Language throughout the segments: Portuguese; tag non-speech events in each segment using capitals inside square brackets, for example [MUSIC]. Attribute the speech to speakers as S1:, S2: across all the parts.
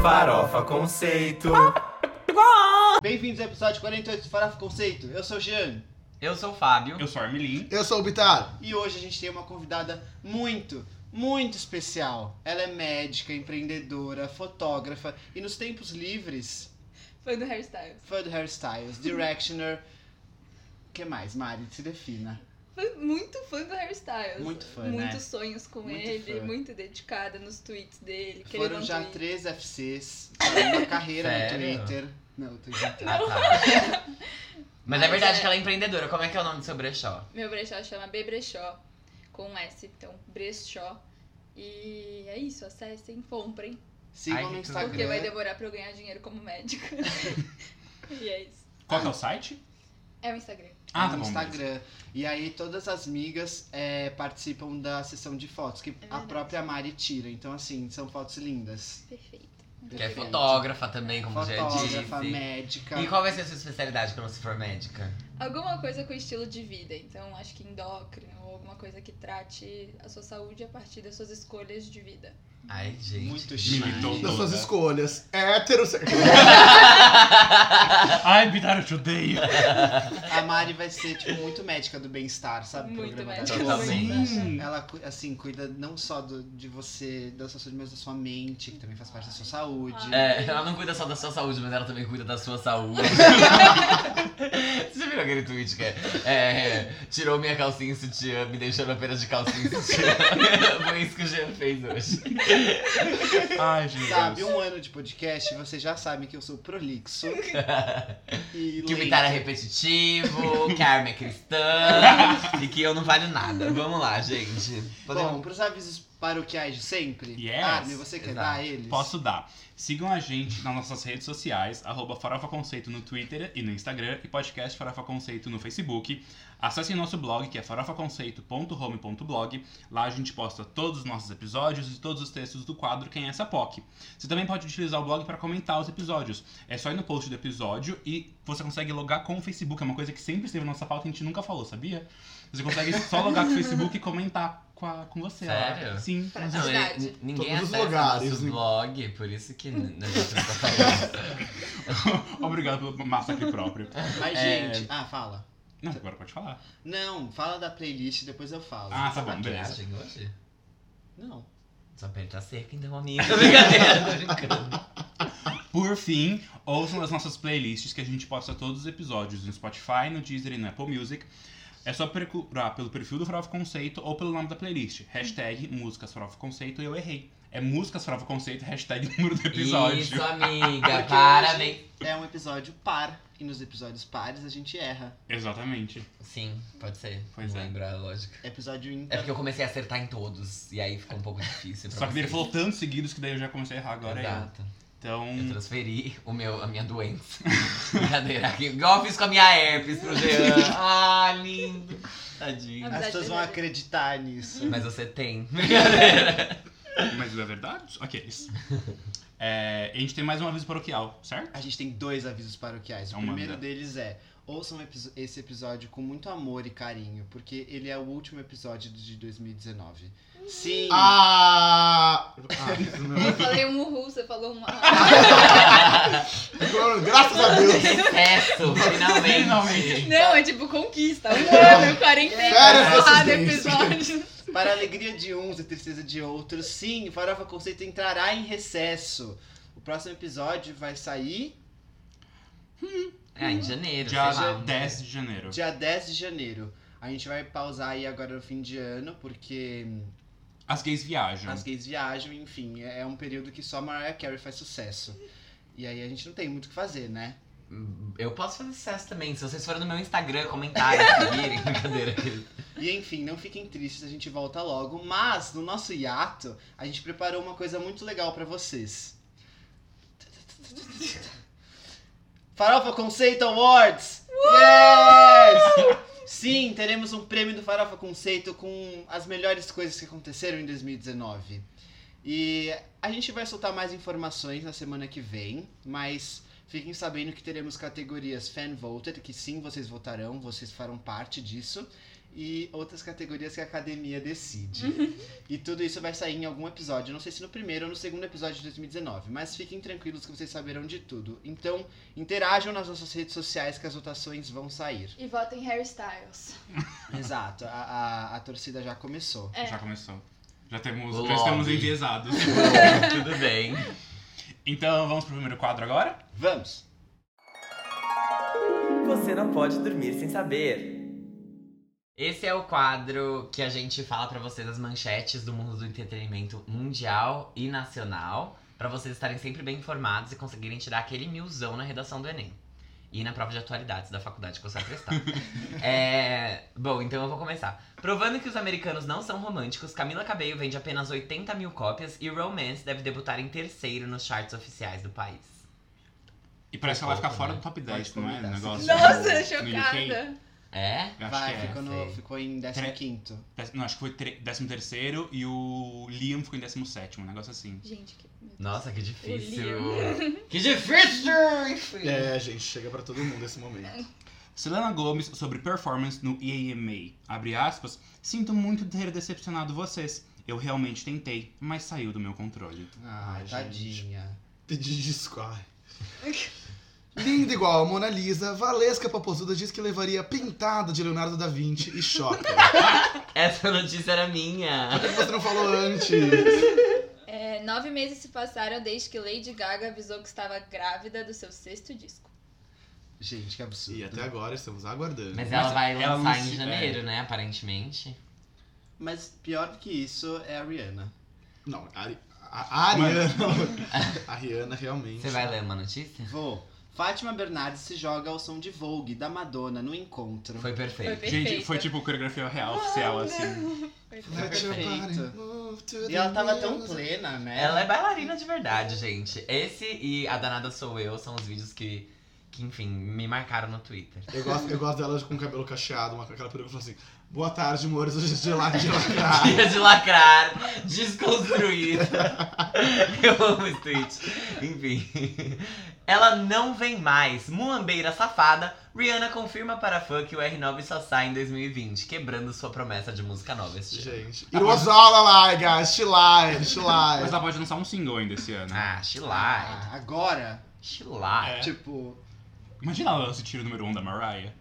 S1: Farofa Conceito.
S2: Bem-vindos ao episódio 48 do Farofa Conceito. Eu sou o Jean.
S3: Eu sou o Fábio.
S4: Eu sou a Armelin.
S5: Eu sou o Bitar.
S2: E hoje a gente tem uma convidada muito, muito especial. Ela é médica, empreendedora, fotógrafa e nos tempos livres,
S6: Foi do Hairstyles.
S2: fã do hairstyles, directioner. [LAUGHS] O que mais, Mari? Se defina.
S6: Foi muito fã do Hairstyles.
S2: Muito fã,
S6: Muitos
S2: né?
S6: sonhos com
S2: Muito
S6: ele,
S2: fã.
S6: muito dedicada nos tweets dele. que ele
S2: Foram
S6: não
S2: já
S6: tweet.
S2: três FCs, sabe, uma carreira no
S3: Sério?
S2: Twitter. Não, tô inventando.
S3: Ah, tá. [LAUGHS] Mas é
S6: Mas
S3: verdade
S6: é.
S3: que ela é empreendedora. Como é que é o nome do seu brechó?
S6: Meu brechó chama B Brechó, com um S, então brechó. E é isso, acessem, comprem,
S2: Sigam
S3: Ai,
S2: no
S3: que tudo.
S6: porque vai
S2: Instagram.
S6: demorar pra eu ganhar dinheiro como médica. [LAUGHS] e é isso.
S4: Qual que é o site?
S6: É o Instagram.
S4: Ah, tá
S2: no
S4: bom.
S2: Instagram. E aí todas as migas é, participam da sessão de fotos que a
S6: É verdade.
S2: própria Mari tira. Então, assim, são fotos lindas.
S6: Perfeito.
S3: Que é
S2: Perfeito.
S3: fotógrafa também, como já
S2: Fotógrafa,
S3: disse.
S2: médica.
S3: E qual vai ser a sua especialidade quando você for médica?
S6: Alguma coisa com estilo de vida, então acho que endócrino, ou alguma coisa que trate a sua saúde a partir das suas escolhas de vida.
S3: Ai, gente. Hum. um
S2: Muito chique.
S4: Militou
S5: Das suas
S4: toda.
S5: escolhas. É [LAUGHS] heterossexual.
S4: Ai, Bitar, eu te odeio. [LAUGHS]
S2: A Mari vai ser, tipo, muito médica do bem-estar, sabe? o
S6: Muito
S2: programa
S6: médica
S2: da Globo,
S3: do
S2: né?
S4: bem-estar.
S2: Ela, cu- assim, cuida não só do- de você, da sua saúde, mas da sua mente, que também faz parte da sua saúde.
S3: É, ela não cuida só da sua saúde, mas ela também cuida da
S2: [LAUGHS]
S3: sua saúde. Você viu aquele tweet que é, é, tirou minha calcinha e sutiã, me deixando apenas de calcinha e
S2: [LAUGHS]
S3: sutiã? Foi isso que o Jean fez hoje.
S4: Ai, Jesus.
S2: Sabe, um ano de podcast, vocês já sabem que eu sou
S3: [LAUGHS]
S2: prolixo. e
S3: Que o
S2: lento.
S3: Bitar é repetitivo, que a arma é cristã e que eu não valho nada. Vamos lá, gente.
S2: Bom, pros avisos paroquiais de sempre.
S4: um Yes.
S2: Armin, você quer
S3: Exato.
S2: dar eles?
S4: Posso dar. Sigam a gente nas nossas redes sociais, arroba Farofa Conceito no Twitter e no Instagram, e podcast Farofa Conceito no Facebook. Acessem nosso blog, que é farofaconceito.home.blog. Lá a gente posta todos os nossos episódios e todos os textos do quadro Quem é essa POC. Você também pode utilizar o blog para comentar os episódios. É só ir no post do episódio e você consegue logar com o Facebook. É uma coisa que sempre esteve na nossa pauta e a gente nunca falou, sabia? Você consegue só logar com o Facebook e comentar com, a- com você. lá.
S3: Sério?
S4: Sim. [LAUGHS]
S3: Não, ele-
S6: Verdade.
S3: n- ninguém
S5: Todos os
S3: acessa
S5: lugares,
S3: nosso
S5: né?
S3: blog, por isso que n- a gente não tá falando.
S4: Obrigado pelo massacre próprio.
S2: Mas,
S4: É.
S2: gente. Ah, fala.
S4: Não, agora pode falar.
S2: Não, fala da playlist, depois eu falo.
S4: Ah, tá bom, beleza.
S3: Maquiagem hoje?
S2: Não.
S3: Só aperta a cerca, então, amiga. Brincadeira, tô brincando.
S4: Por fim, ouçam as nossas playlists que a gente posta todos os episódios no Spotify, no Deezer e no Apple Music. É só procurar pelo perfil do Farofa Conceito ou pelo nome da playlist. Hashtag músicas Farofa Conceito e eu errei. É músicas Farofa Conceito, hashtag [LAUGHS] número do episódio.
S3: Isso, amiga.
S2: Porque
S3: Parabéns.
S2: hoje É um episódio par. E nos episódios pares a gente erra.
S4: Exatamente.
S3: Sim, pode ser.
S4: Pois
S3: Não
S4: é.
S3: lembro a lógica.
S2: Episódio
S3: É
S2: ímpar.
S3: porque eu comecei a acertar em todos, e aí ficou um pouco difícil pra
S4: Só que ele
S3: vocês.
S4: falou tantos seguidos que daí eu já comecei a errar agora. é eu.
S3: Exato.
S4: Então,
S3: Eu transferi o meu, a minha doença. [LAUGHS] Brincadeira. aqui, Igual eu fiz com a minha herpes pro Jean. Ah, lindo. Tadinho.
S2: As pessoas vão acreditar nisso.
S3: Mas você tem. [LAUGHS] Brincadeira.
S4: mas não é verdade? Ok.
S3: [LAUGHS]
S4: É, a gente tem mais um aviso paroquial, certo?
S2: A gente tem dois avisos paroquiais. O
S4: Então manda.
S2: primeiro deles é: ouçam episo- esse episódio com muito amor e carinho, porque ele é o último episódio de 2019. Sim!
S5: Ah! ah, isso não
S6: Eu
S5: é-
S6: falei um uhul, você falou
S5: [LAUGHS]
S6: uma.
S5: Graças a Deus.
S3: Sucesso, finalmente.
S4: Finalmente.
S6: Não, é tipo conquista. Um ano, 40
S5: Férias
S6: anos, porrada,
S5: desses
S6: episódio.
S2: Para a alegria de uns e tristeza de outros, sim, o Farofa Conceito entrará em recesso. O próximo episódio vai sair
S3: Ah, em janeiro,
S4: Dia
S3: sei lá. um-
S4: 10 de janeiro.
S2: dia 10 de janeiro. A gente vai pausar aí agora no fim de ano, porque
S4: As gays viajam.
S2: as gays viajam, enfim, é um período que só Mariah Carey faz sucesso. E aí a gente não tem muito o que fazer, né?
S3: Eu posso fazer sucesso também. Se vocês forem no meu Instagram, comentarem, seguirem. [LAUGHS] Brincadeira.
S2: E enfim, não fiquem tristes, a gente volta logo. Mas no nosso hiato, a gente preparou uma coisa muito legal pra vocês. Farofa Conceito Awards! Yes! Sim, teremos um prêmio do Farofa Conceito com as melhores coisas que aconteceram em 2019. E a gente vai soltar mais informações na semana que vem, mas fiquem sabendo que teremos categorias fan voted, que sim, vocês votarão, vocês farão parte disso e outras categorias que a academia decide. e tudo isso vai sair em algum episódio, não sei se no primeiro ou no segundo episódio de 2019, mas fiquem tranquilos que vocês saberão de tudo. Então, interajam nas nossas redes sociais que as votações vão sair.
S6: E votem Harry Styles.
S2: Exato, a, a, a torcida já começou.
S6: É.
S4: Já começou. Já temos,
S3: Lobby.
S4: já estamos enviesados.
S3: Tudo bem.
S4: então vamos pro primeiro quadro agora?
S2: Vamos!
S1: Você não pode dormir sem saber.
S3: Esse é o quadro que a gente fala pra vocês as manchetes do mundo do entretenimento mundial e nacional, pra vocês estarem sempre bem informados e conseguirem tirar aquele milzão na redação do Enem. E na prova de atualidades da faculdade que você vai prestar. É, Bom, então eu vou começar. Provando que os americanos não são românticos, Camila Cabello vende apenas 80 mil cópias e Romance deve debutar em terceiro nos charts oficiais do país.
S4: E parece que ela vai ficar
S3: Pouco,
S4: fora
S3: né?
S4: do top 10,
S2: Pode
S4: não é?
S2: combinar.
S4: Negócio
S6: Nossa,
S4: no- no UK?
S6: chocada.
S3: É?
S4: Eu Acho
S2: Vai,
S4: que é.
S2: ficou, no-
S3: sei.
S2: ficou em 15º.
S4: Dez- Não, acho que foi 13 e o Liam ficou em 17, um negócio assim.
S6: Gente, que. meu Deus.
S3: Nossa, que difícil.
S6: O
S3: que difícil! enfim.
S5: É, gente, chega pra todo mundo esse momento.
S4: Selena Gomes sobre performance no EAMA. Abre aspas. Sinto muito ter decepcionado vocês. Eu realmente tentei, mas saiu do meu controle.
S2: Ah,
S5: Ai, gente.
S2: tadinha.
S5: Pedir disco, ai. Linda igual a Mona Lisa, Valesca Papozuda diz que levaria a pintada de Leonardo da Vinci e choca.
S3: Essa notícia era minha.
S5: Por que você não falou antes?
S6: É, nove meses se passaram desde que Lady Gaga avisou que estava grávida do seu sexto disco.
S2: Gente, que absurdo.
S5: E até agora estamos aguardando.
S3: Mas ela vai
S4: ela
S3: lançar
S4: não
S3: em
S4: se-
S3: janeiro, né? Aparentemente.
S2: Mas pior que isso é a Rihanna.
S5: Não, a, Ari- a, a Ariana. A Rihanna realmente.
S3: Você vai ler uma notícia?
S2: Vou. Fátima Bernardes se joga ao som de Vogue da Madonna no encontro.
S3: Foi perfeito.
S6: Foi
S4: Gente, foi tipo coreografia real oficial, assim.
S6: [LAUGHS]
S5: Let your body
S2: Perfeito.
S5: move to
S2: E ela
S5: the
S2: tava tão
S5: music.
S2: plena, né?
S3: Ela é bailarina de verdade, gente. Esse e A Danada Sou Eu são os vídeos que, que enfim, me marcaram no [LAUGHS] Twitter.
S5: Eu gosto, eu gosto dela com o cabelo cacheado, uma, com aquela peruca que fala assim: Boa tarde, amores, hoje é de lá, de lá.
S3: [LAUGHS] Dia de lacrar, desconstruída. [LAUGHS] Eu amo esse tweet. Enfim. Ela não vem mais. Muambeira safada. Rihanna confirma para fã que o R9 só sai em 2020, quebrando sua promessa de música nova este ano.
S5: Gente. It was all a lie, guys. She lied, she
S4: Mas
S5: lied.
S4: ela pode lançar um single ainda esse ano.
S3: Ah, she lied.
S2: Ah, agora,
S3: She lied.
S4: É.
S2: tipo.
S4: Imagina ela lança o tiro número 1 um da Mariah.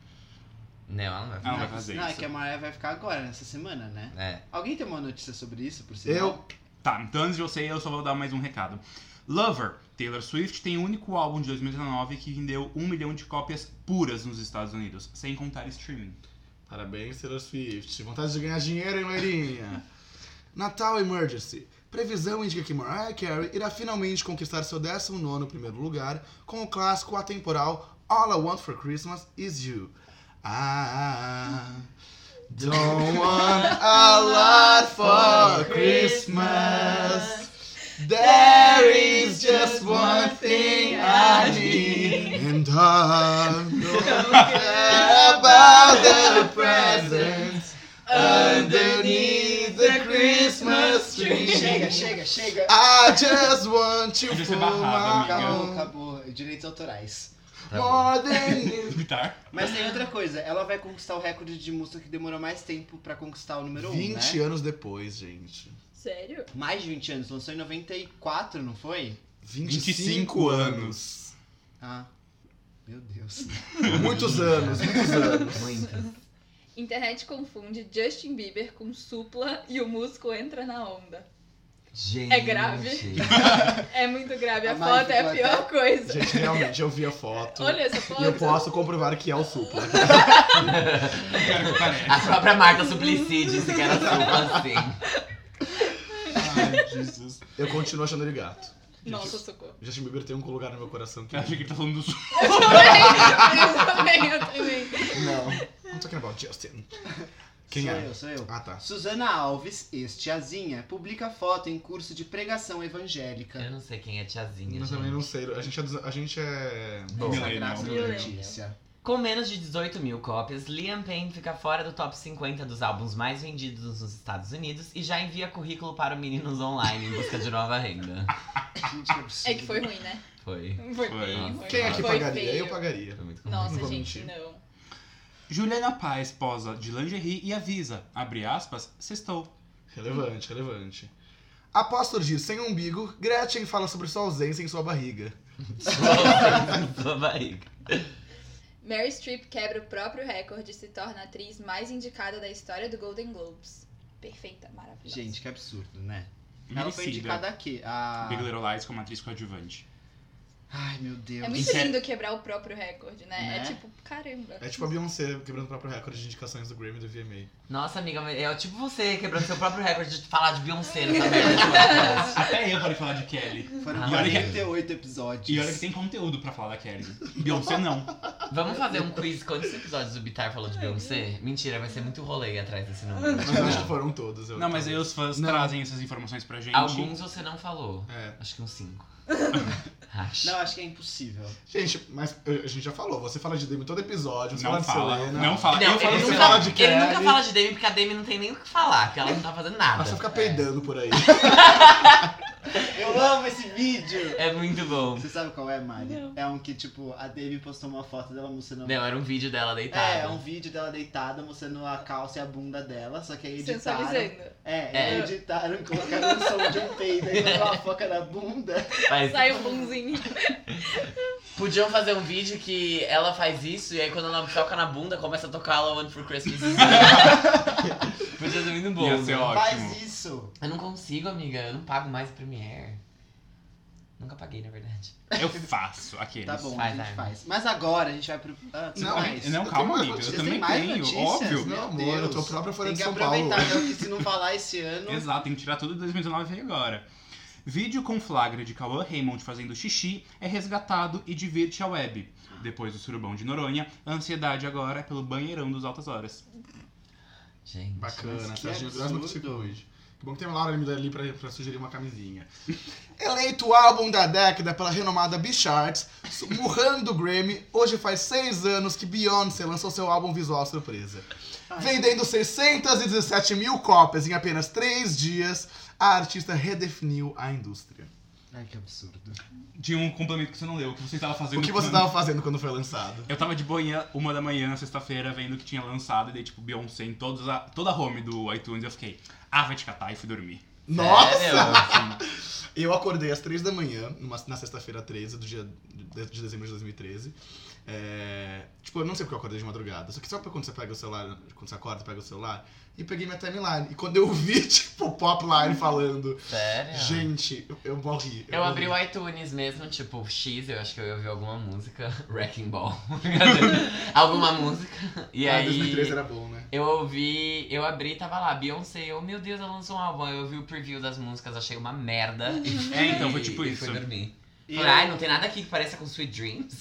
S3: Não, ela não vai
S4: Ela não
S3: falar.
S4: vai fazer
S2: não, é
S4: isso.
S2: que a Mariah vai ficar agora, nessa semana, né?
S3: É.
S2: Alguém tem uma notícia sobre isso, por sinal?
S5: Eu.
S4: Tá, então antes de você, eu só vou dar mais um recado. Lover, Taylor Swift tem o único álbum de 2019 que vendeu um milhão de cópias puras nos Estados Unidos, sem contar streaming.
S5: Parabéns, Taylor Swift. Vontade de ganhar dinheiro, hein, loirinha? Natal Emergency. Previsão indica que Mariah Carey irá finalmente conquistar seu 19 primeiro lugar com o clássico atemporal All I Want for Christmas Is You. I don't want a lot for Christmas. There is just one thing I need, and I don't care about the presents underneath the Christmas tree.
S2: Chega, chega, chega.
S5: I just want you
S4: Podia
S5: for
S4: ser barrado, Tá
S5: my
S2: acabou,
S5: own,
S2: acabou. Direitos autorais.
S3: Tá bom.
S4: [LAUGHS]
S5: more than you.
S4: Guitar.
S2: Mas tem outra coisa, ela vai conquistar o recorde de música que demorou mais tempo pra conquistar o número 1, um,
S5: 20
S2: né?
S5: anos depois, gente.
S6: Sério?
S2: Mais de 20 anos, lançou em 94, não foi?
S5: 25 anos.
S2: Ah. Meu Deus.
S4: [LAUGHS]
S5: Muitos anos, muitos anos.
S3: Muito.
S6: Internet confunde Justin Bieber com supla e o músico entra na onda.
S3: Gente.
S6: É grave? É muito grave, a,
S2: A Mari
S6: foto é a
S2: ficou
S6: pior coisa.
S5: Gente, realmente, eu vi a foto.
S6: Olha essa foto.
S5: E eu posso comprovar que é o Supla.
S4: Quero que pareça.
S3: A própria Marta Suplicy disse que era sua assim.
S4: Ai, Jesus.
S5: Eu continuo achando ele gato.
S6: Nossa, socorro.
S5: O Justin Bieber tem um lugar no meu coração que.
S4: Eu achei que ele tá falando do sul.
S6: Eu também, [LAUGHS] eu também, eu também.
S5: Não. I'm talking about Justin. Quem
S2: sou
S5: é?
S2: eu, sou eu.
S5: Ah, tá.
S2: Suzana Alves, ex-tiazinha, publica foto em curso de pregação evangélica.
S3: Eu não sei quem é tiazinha.
S5: Eu
S3: gente.
S5: também não sei. A gente é. dos- A gente é...
S3: Bom.
S2: Essa graça da
S6: Millennial.
S4: [LAUGHS]
S2: notícia.
S3: Com menos de 18 mil cópias, Liam Payne fica fora do top 50 dos álbuns mais vendidos nos Estados Unidos e já envia currículo para o Meninos Online em busca de nova renda.
S2: Gente, que absurdo.
S6: É que foi ruim, né?
S3: Foi.
S6: Foi
S4: Foi.
S6: bem ruim.
S5: Quem aqui
S6: Foi
S5: pagaria?
S6: feio.
S5: Eu pagaria.
S3: Foi muito complicado.
S6: Nossa,
S5: Não vou
S6: gente,
S5: mentir.
S6: não.
S4: Juliana Paz posa de lingerie e avisa, abre aspas, sextou.
S5: Relevante, relevante. Após surgir sem umbigo, Gretchen fala sobre sua ausência em sua barriga.
S3: [LAUGHS] Sua barriga.
S6: Mary Streep quebra o próprio recorde e se torna a atriz mais indicada da história do Golden Globes. Perfeita, maravilhosa.
S2: Gente, que absurdo, né? Ela foi
S4: Merecida.
S2: indicada aqui. A...
S4: Big Little Lies como atriz coadjuvante.
S2: Ai, meu Deus.
S6: é muito
S4: Isso é-
S6: lindo quebrar o próprio recorde, né?
S2: Né?
S6: É tipo, caramba.
S5: É tipo a Beyoncé quebrando o próprio recorde de indicações do Grammy e do VMA.
S3: Nossa, amiga, é tipo você quebrando seu próprio recorde de falar de Beyoncé né? nessa merda de podcast.
S4: [LAUGHS] Até eu parei falar de Kelly.
S2: Foram
S4: Ah, E olha que-
S2: 48 episódios.
S4: E olha que tem conteúdo pra falar da Kelly. Beyoncé não.
S3: Vamos fazer um quiz. Quantos episódios do Bitar falou de Beyoncé? Mentira, vai ser muito rolê atrás desse número.
S5: Mas eu acho que foram todos. eu-
S4: Não, mas aí os fãs
S5: Não.
S4: trazem essas informações pra gente.
S3: Alguns você não falou.
S5: É.
S3: Acho que uns cinco. Acho.
S2: Não, acho que é impossível.
S5: Gente, mas eu- a gente já falou. Você fala de Demi todo episódio. Você
S4: Não
S5: fala, de
S4: fala.
S5: Selena.
S4: Não fala.
S3: Não,
S4: Eu
S3: ele,
S4: falo
S5: de
S4: assim,
S3: nunca,
S5: falar de
S3: ele
S5: Kelly.
S3: nunca fala de Demi porque a Demi não tem nem o que falar, porque ela não tá fazendo
S5: Ela
S3: nada.
S5: só fica peidando por aí.
S2: Eu amo esse vídeo!
S3: É muito bom.
S2: Você sabe qual é, Mari? É um que, tipo, a Demi postou uma foto dela mostrando...
S3: Não, era um vídeo dela deitada.
S2: É, é um vídeo dela deitada mostrando a calça e a bunda dela, só que é aí editaram.
S6: Sensualizando.
S2: É,
S3: É.
S2: editaram, colocaram um som de um peido e colocaram uma foca na bunda.
S3: Mas
S6: Sai um bonzinho.
S3: podiam fazer um vídeo que ela faz isso e aí quando ela toca na bunda começa a tocar All I Want for Christmas. is You. Podia ser muito bom.
S4: Ia ser
S3: né?
S4: ótimo.
S2: Faz isso!
S3: Eu não consigo, amiga. Eu não pago mais o Premiere. Nunca paguei, na verdade.
S4: Eu faço aqueles.
S2: Tá bom,
S3: Faz, né?
S2: a gente
S3: vai.
S2: faz. Mas agora a gente vai pro. Ah, tem
S5: Não,
S2: mais.
S4: Não,
S5: Eu
S4: calma, amiga.
S5: tenho mais
S4: Eu
S2: Vocês
S4: também
S2: têm mais
S4: tenho,
S2: notícias?
S4: óbvio.
S5: Meu amor,
S2: Deus.
S5: eu tô própria fora
S2: Tem
S5: de
S2: que
S5: São Paulo.
S2: aproveitar, né? Porque se não falar esse ano.
S4: Exato, tem que tirar tudo de 2019 agora. Vídeo com flagra de Cauã Raymond fazendo xixi é resgatado e diverte a web. Depois do surubão de Noronha, a ansiedade agora é pelo banheirão dos altas horas.
S3: Gente.
S5: Bacana,
S2: Mas que
S5: tá agindo graças a Deus
S2: absurdo.
S5: hoje. Que bom que tem a Laura me dá ali pra, pra sugerir uma camisinha. [LAUGHS] Eleito álbum da década pela renomada Bicharts, murrando do Grammy, hoje faz seis anos que Beyoncé lançou seu álbum visual surpresa. Vendendo 617 mil cópias em apenas três dias, a artista redefiniu a indústria.
S2: Ai, que absurdo.
S4: Tinha um complemento que você não leu, o que você estava fazendo.
S5: O que você
S4: quando-
S5: estava fazendo quando foi lançado?
S4: Eu tava de boinha uma da manhã, na sexta-feira, vendo o que tinha lançado, e daí, tipo, Beyoncé em todos a, toda a home do iTunes, eu fiquei, ah, vai te catar, e fui dormir.
S5: Nossa!
S4: Assim,
S5: Eu acordei às três da manhã, numa- na sexta-feira 13 do dia de, de dezembro de 2013. É, tipo, eu não sei porque eu acordei de madrugada. Só que sabe quando você pega o celular, quando você acorda, pega o celular? E peguei minha timeline. E quando eu [LAUGHS] vi, tipo, o popline falando,
S3: Sério?
S5: gente, eu, eu morri.
S3: É. Eu abri
S5: morri.
S3: o iTunes mesmo, tipo, X, eu acho que eu ouvi alguma música. Wrecking Ball. [LAUGHS] alguma música. E
S5: Ah,
S3: aí.
S5: 2013 era bom, né?
S3: Eu ouvi, eu abri e tava lá, Beyoncé, eu, meu Deus, ela lançou um álbum. Eu ouvi o preview das músicas, achei uma merda. E,
S4: É, então, foi tipo
S3: e
S4: isso.
S3: fui dormir.
S2: E é-
S3: Falei, ai, não tem nada aqui que pareça com Sweet Dreams.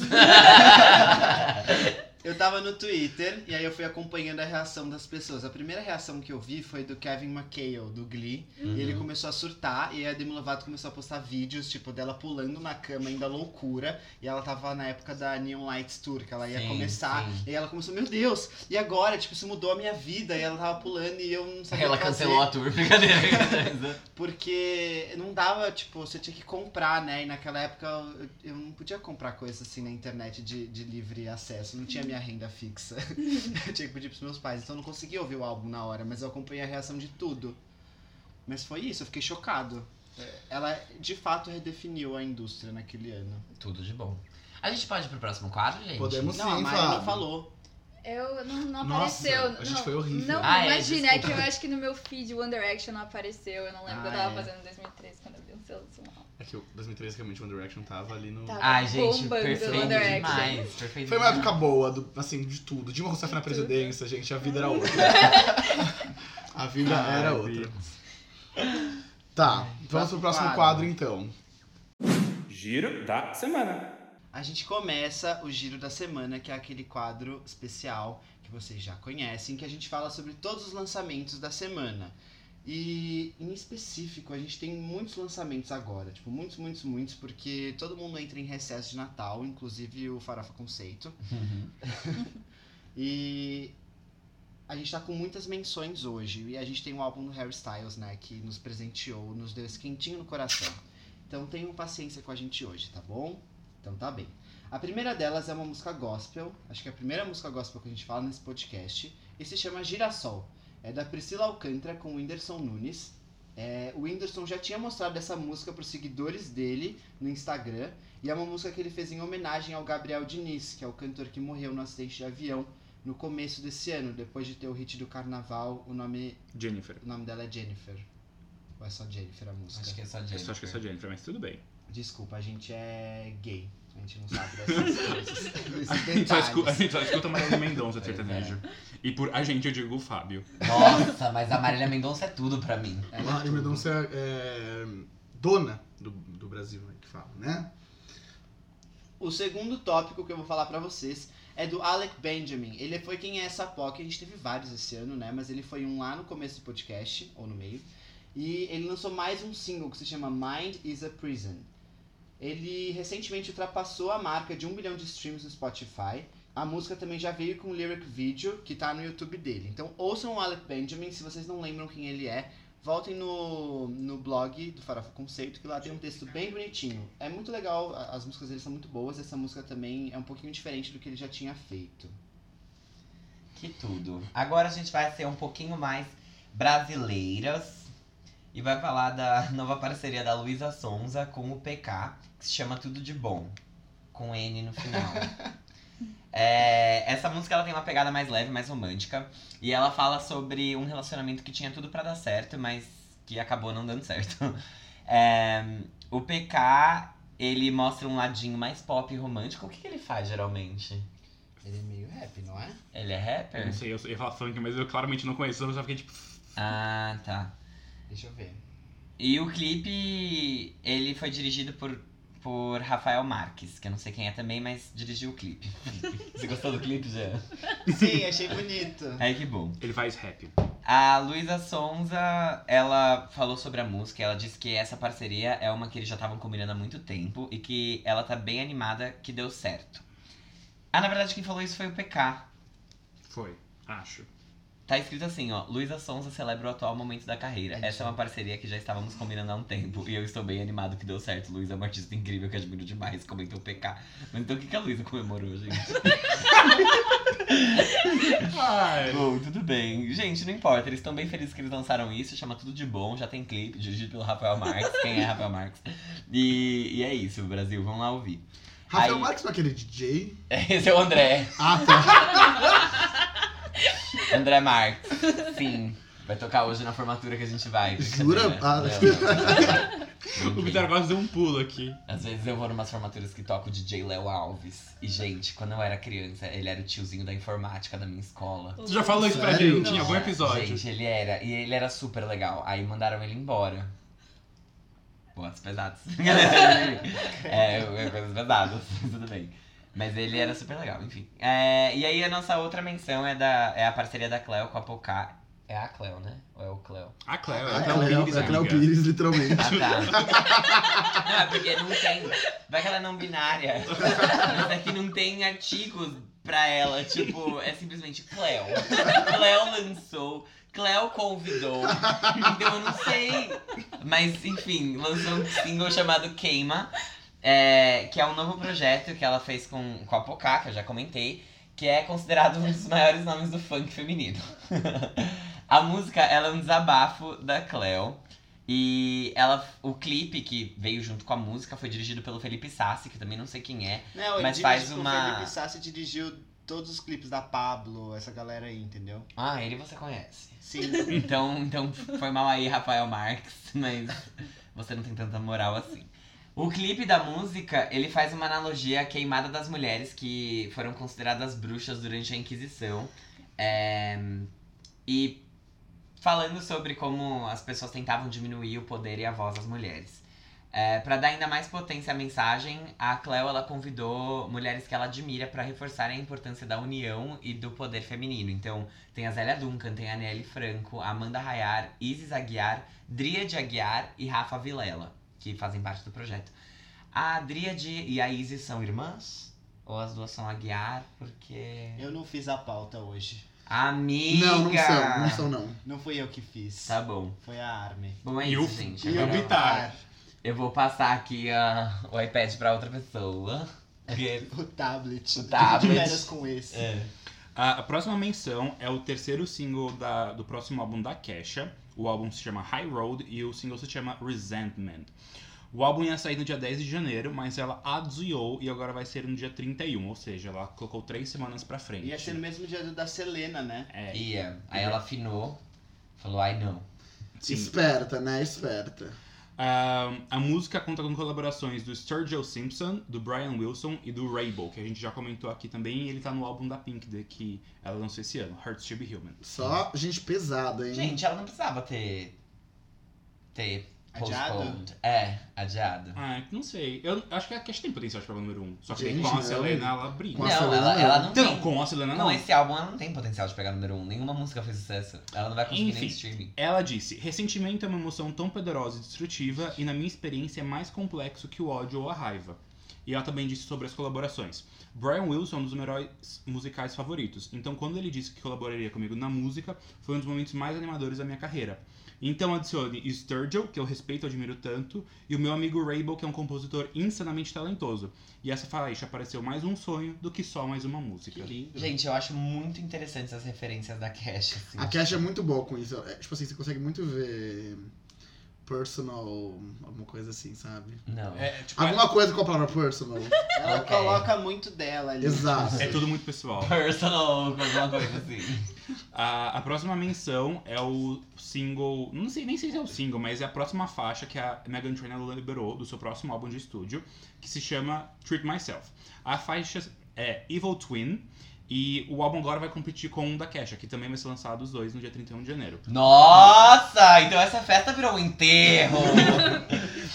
S2: Eu tava no Twitter e aí eu fui acompanhando a reação das pessoas. A primeira reação que eu vi foi do Kevin McHale, do Glee. E
S3: Uhum.
S2: ele começou a surtar e aí a Demi Lovato começou a postar vídeos, tipo, dela pulando na cama, ainda loucura. E ela tava na época da Neon Lights Tour, que ela ia
S3: Sim,
S2: começar.
S3: sim.
S2: E ela começou, meu Deus, e agora? Tipo, isso mudou a minha vida. E ela tava pulando e eu não sabia o
S3: ela
S2: que fazer.
S3: cancelou a assim. tour, brincadeira. brincadeira.
S2: Porque não dava, tipo, você tinha que comprar, né? E naquela época eu, eu não podia comprar coisas assim na internet de, de livre acesso, não tinha minha renda fixa. [LAUGHS] eu tinha que pedir pros meus pais, então eu não conseguia ouvir o álbum na hora, mas eu acompanhei a reação de tudo. Mas foi isso, eu fiquei chocado. É, Ela de fato redefiniu a indústria naquele ano.
S3: [LAUGHS] Tudo de bom. A gente pode ir pro próximo quadro, gente?
S5: Podemos
S2: não, a
S5: sim,
S2: Mari
S5: Fábio.
S2: não falou.
S6: Eu não, não
S5: Nossa,
S6: apareceu.
S5: a gente
S6: não,
S5: foi horrível.
S6: Não,
S3: Ah, é,
S6: imagina, é, que
S3: desculpa.
S6: eu acho que no meu feed One Direction não apareceu. Eu não lembro o que eu
S2: Ah,
S6: tava
S2: é.
S6: fazendo em 2013 quando eu vi um o seu
S5: É que o 2013 realmente One Direction tava ali no.
S6: Tá.
S3: Ai, gente,
S6: Bombando
S3: perfeito
S6: One Direction.
S3: demais. Perfeito
S5: Foi uma
S3: demais.
S5: época boa, do- assim, de tudo. Dilma Rousseff na presidência, gente, a vida era outra. a vida era
S4: Ai,
S5: outra. Tá, vamos pro próximo quadro então.
S4: Giro da semana.
S2: A gente começa o Giro da Semana, que é aquele quadro especial que vocês já conhecem, que a gente fala sobre todos os lançamentos da semana. E em específico, a gente tem muitos lançamentos agora, tipo, muitos, muitos, muitos, porque todo mundo entra em recesso de Natal, inclusive o Farofa Conceito. [LAUGHS] E a gente tá com muitas menções hoje. E a gente tem o álbum do Harry Styles, né? Que nos presenteou, nos deu esse quentinho no coração. Então tenham paciência com a gente hoje, tá bom? Então tá bem. A primeira delas é uma música gospel, acho que é a primeira música gospel que a gente fala nesse podcast, e se chama Girassol. É da Priscila Alcântara com o Whindersson Nunes. É, o Whindersson já tinha mostrado essa música para os seguidores dele no Instagram, e é uma música que ele fez em homenagem ao Gabriel Diniz, que é o cantor que morreu no acidente de avião no começo desse ano, depois de ter o hit do carnaval, o nome,
S4: Jennifer.
S2: o nome dela é Jennifer. Ou é só Jennifer a música?
S3: Acho que é só
S4: Eu
S3: Jennifer.
S4: só acho que é só Jennifer, mas tudo bem.
S2: Desculpa, a gente é gay. A gente não sabe dessas coisas.
S4: [LAUGHS] A
S2: desses
S4: gente, só escuta, a
S2: detalhes.
S4: gente só escuta Marília Mendonça de sertanejo. E por a gente eu digo o Fábio.
S3: Nossa, mas a Marília Mendonça é tudo pra mim.
S5: Ela é Mendonça é dona do, do Brasil, né, que fala, né?
S2: O segundo tópico que eu vou falar pra vocês é do Alec Benjamin. Ele foi quem é essa POC. A gente teve vários esse ano, né? Mas ele foi um lá no começo do podcast, ou no meio. E ele lançou mais um single que se chama Mind is a Prison. Ele recentemente ultrapassou a marca de um bilhão de streams no Spotify. A música também já veio com um lyric video, que tá no YouTube dele. Então ouçam o Alec Benjamin, se vocês não lembram quem ele é. Voltem no, no blog do Farofa Conceito, que lá tem um texto bem bonitinho. É muito legal, a- as músicas dele são muito boas. Essa música também é um pouquinho diferente do que ele já tinha feito.
S3: Que tudo. Agora a gente vai ser um pouquinho mais brasileiras e vai falar da [LAUGHS] nova parceria da Luísa Sonza com o PK, que se chama Tudo de Bom, com N no final. É, essa música ela tem uma pegada mais leve, mais romântica, e ela fala sobre um relacionamento que tinha tudo pra dar certo, mas que acabou não dando certo. [LAUGHS] É, o PK, ele mostra um ladinho mais pop e romântico. O que, que ele faz geralmente?
S2: Ele é meio rap, não é?
S3: Ele é
S4: Eu
S3: rapper?
S4: não sei, eu ia falar funk, mas eu claramente não conheço, eu só fiquei tipo.
S3: Ah, tá.
S2: Deixa eu ver.
S3: E o clipe, ele foi dirigido por, por Rafael Marques, que eu não sei quem é também, mas dirigiu o clipe. [LAUGHS] Você gostou do clipe, Jean?
S2: Sim, achei bonito.
S3: Ai, que bom.
S4: Ele faz rap.
S3: A Luísa Sonza, ela falou sobre a música, ela disse que essa parceria é uma que eles já estavam combinando há muito tempo e que ela tá bem animada que deu certo. Ah, na verdade, quem falou isso foi o PK.
S4: Foi, acho.
S3: Tá escrito assim, ó. Luísa Sonza celebra o atual momento da carreira. Essa é uma parceria que já estávamos combinando há um tempo. E eu estou bem animado que deu certo. Luísa é uma artista incrível que admiro demais. Comentou o PK. Mas então o que, que a Luísa comemorou, [LAUGHS] gente?
S4: Ai.
S3: Bom, tudo bem. Gente, não importa. Eles estão bem felizes que eles lançaram isso. Chama Tudo de Bom. Já tem clipe dirigido pelo Rafael Marques. Quem é Rafael Marques? E, e é isso, Brasil. Vão lá ouvir.
S5: Rafael
S3: Aí-
S5: Marques não é aquele DJ?
S3: [LAUGHS] Esse é o André.
S5: Ah, tá.
S3: André Marques. Sim. Vai tocar hoje na formatura que né? a gente vai.
S5: Jura?
S3: Brincadeira.
S5: Ah.
S3: Não, não.
S4: O Vitor Goss deu um pulo aqui.
S3: Às vezes eu vou numas formaturas que toca o DJ Léo Alves. E, gente, quando eu era criança, ele era o tiozinho da informática da minha escola.
S4: Tu já falou isso é pra
S5: Sério?
S4: gente em algum episódio.
S3: Gente, ele era. E ele era super legal. Aí mandaram ele embora. Boas pesadas. é, é, coisas pesadas, tudo bem. Mas ele era super legal, enfim. É, e aí a nossa outra menção é, da, é a parceria da Cleo com a Pocá. É a Cleo, né? Ou é o Cleo?
S4: A Cleo,
S5: A
S4: a Cleo um Pires,
S5: Cleo- a Cleo
S4: amiga.
S5: É Pires, literalmente.
S3: Ah, tá. [LAUGHS] Não, é porque não tem. Vai que ela é não binária. Mas é que não tem artigos pra ela. Tipo, é simplesmente Cleo. Cleo lançou. Cleo convidou. Então eu não sei. Mas, enfim, lançou um single chamado Queima. é, que é um novo projeto que ela fez com, com a Pocá, que eu já comentei. Que é considerado um dos maiores nomes do funk feminino. [LAUGHS] a música, ela é um desabafo da Cleo. E ela, o clipe que veio junto com a música foi dirigido pelo Felipe Sassi, que eu também não sei quem é.
S2: Não, ele
S3: Mas
S2: dirige
S3: faz
S2: com
S3: uma-
S2: O Felipe Sassi dirigiu todos os clipes da Pablo, essa galera aí, entendeu?
S3: Ah, ele você conhece.
S2: Sim.
S3: [LAUGHS] Então, então foi mal aí, Rafael Marques, [LAUGHS] mas você não tem tanta moral assim. O clipe da música, ele faz uma analogia à queimada das mulheres que foram consideradas bruxas durante a Inquisição. É, e falando sobre como as pessoas tentavam diminuir o poder e a voz das mulheres. É, para dar ainda mais potência à mensagem, a Cleo ela convidou mulheres que ela admira para reforçarem a importância da união e do poder feminino. Então, tem a Zélia Duncan, tem a Nelly Franco, a Amanda Rayar, Isis Aguiar, Dria de Aguiar e Rafa Vilela, que fazem parte do projeto. A Dria de e a Isis são irmãs? Ou as duas são Aguiar? Porque.
S2: Eu não fiz a pauta hoje.
S3: Amiga!
S5: Não, não são, não são, não.
S2: Não fui eu que fiz.
S3: Tá bom.
S2: Foi a Arme.
S3: Bom, é
S4: E
S3: isso,
S4: o-
S3: gente.
S4: e o
S3: Agora-
S4: Bitar.
S3: Eu vou passar aqui ah, o iPad pra outra pessoa.
S4: É.
S3: Porque-
S2: O tablet.
S3: O
S2: [LAUGHS]
S3: tablet. É,
S2: De férias com esse.
S4: A, a próxima menção é o terceiro single da- do próximo álbum da Kesha. O álbum se chama High Road e o single se chama Resentment. O álbum ia sair no dia 10 de janeiro, mas ela adiou e agora vai ser no dia 31, ou seja, ela colocou três semanas pra frente.
S2: Ia ser no mesmo dia do da Selena, né?
S4: É,
S3: E é, aí ela afinou, falou, ai não.
S4: sim.
S5: Esperta, né? Esperta.
S4: Ah, a música conta com colaborações do Sturgill Simpson, do Brian Wilson e do Rainbow, que a gente já comentou aqui também, e ele tá no álbum da Pink, de- que ela lançou esse ano, Hurts to Be Human.
S5: Só gente pesada, hein?
S3: Gente, ela não precisava ter. ter.
S2: Adiado?
S3: postponed. É, adiado.
S4: Ah, não sei. Eu acho que a Cash tem potencial de pegar o número 1. Um. Só que
S5: Gente,
S4: com a
S5: não.
S4: Selena ela briga.
S5: Com a
S3: não,
S5: Selena,
S3: ela,
S5: não.
S3: ela não
S4: Então,
S3: tem.
S4: com a Selena
S3: Com
S4: não.
S3: esse álbum ela não é tem potencial de pegar número 1. Um. Nenhuma música fez sucesso. Ela não vai conseguir
S4: Enfim.
S3: nem streaming.
S4: Ela disse: Ressentimento é uma emoção tão poderosa e destrutiva, e na minha experiência é mais complexo que o ódio ou a raiva. E ela também disse sobre as colaborações. Brian Wilson é um dos meus heróis musicais favoritos, então quando ele disse que colaboraria comigo na música, foi um dos momentos mais animadores da minha carreira. Então adicione Sturgill, que eu respeito e admiro tanto, e o meu amigo Rainbow, que é um compositor insanamente talentoso. E essa faixa pareceu mais um sonho do que só mais uma música.
S2: lindo.
S3: Gente, eu acho muito interessante essas referências da Cash. Assim.
S5: A Cash é muito boa com isso. É, tipo assim, você consegue muito ver personal, alguma coisa assim, sabe?
S3: Não.
S4: É, tipo, é,
S5: Alguma coisa com a palavra
S4: [LAUGHS]
S5: personal.
S2: Ela
S3: Ok.
S2: coloca muito dela ali.
S5: Exato.
S4: é tudo muito pessoal.
S3: Personal, alguma coisa assim.
S4: A, a próxima menção é o single. Não sei nem sei se é o single, mas é a próxima faixa que a Megan Trainor liberou do seu próximo álbum de estúdio, que se chama Treat Myself. A faixa é Evil Twin. E o álbum agora vai competir com um da Kesha, que também vai ser lançado os dois no dia 31 de janeiro.
S3: [LAUGHS] Nossa! Então essa festa virou um enterro!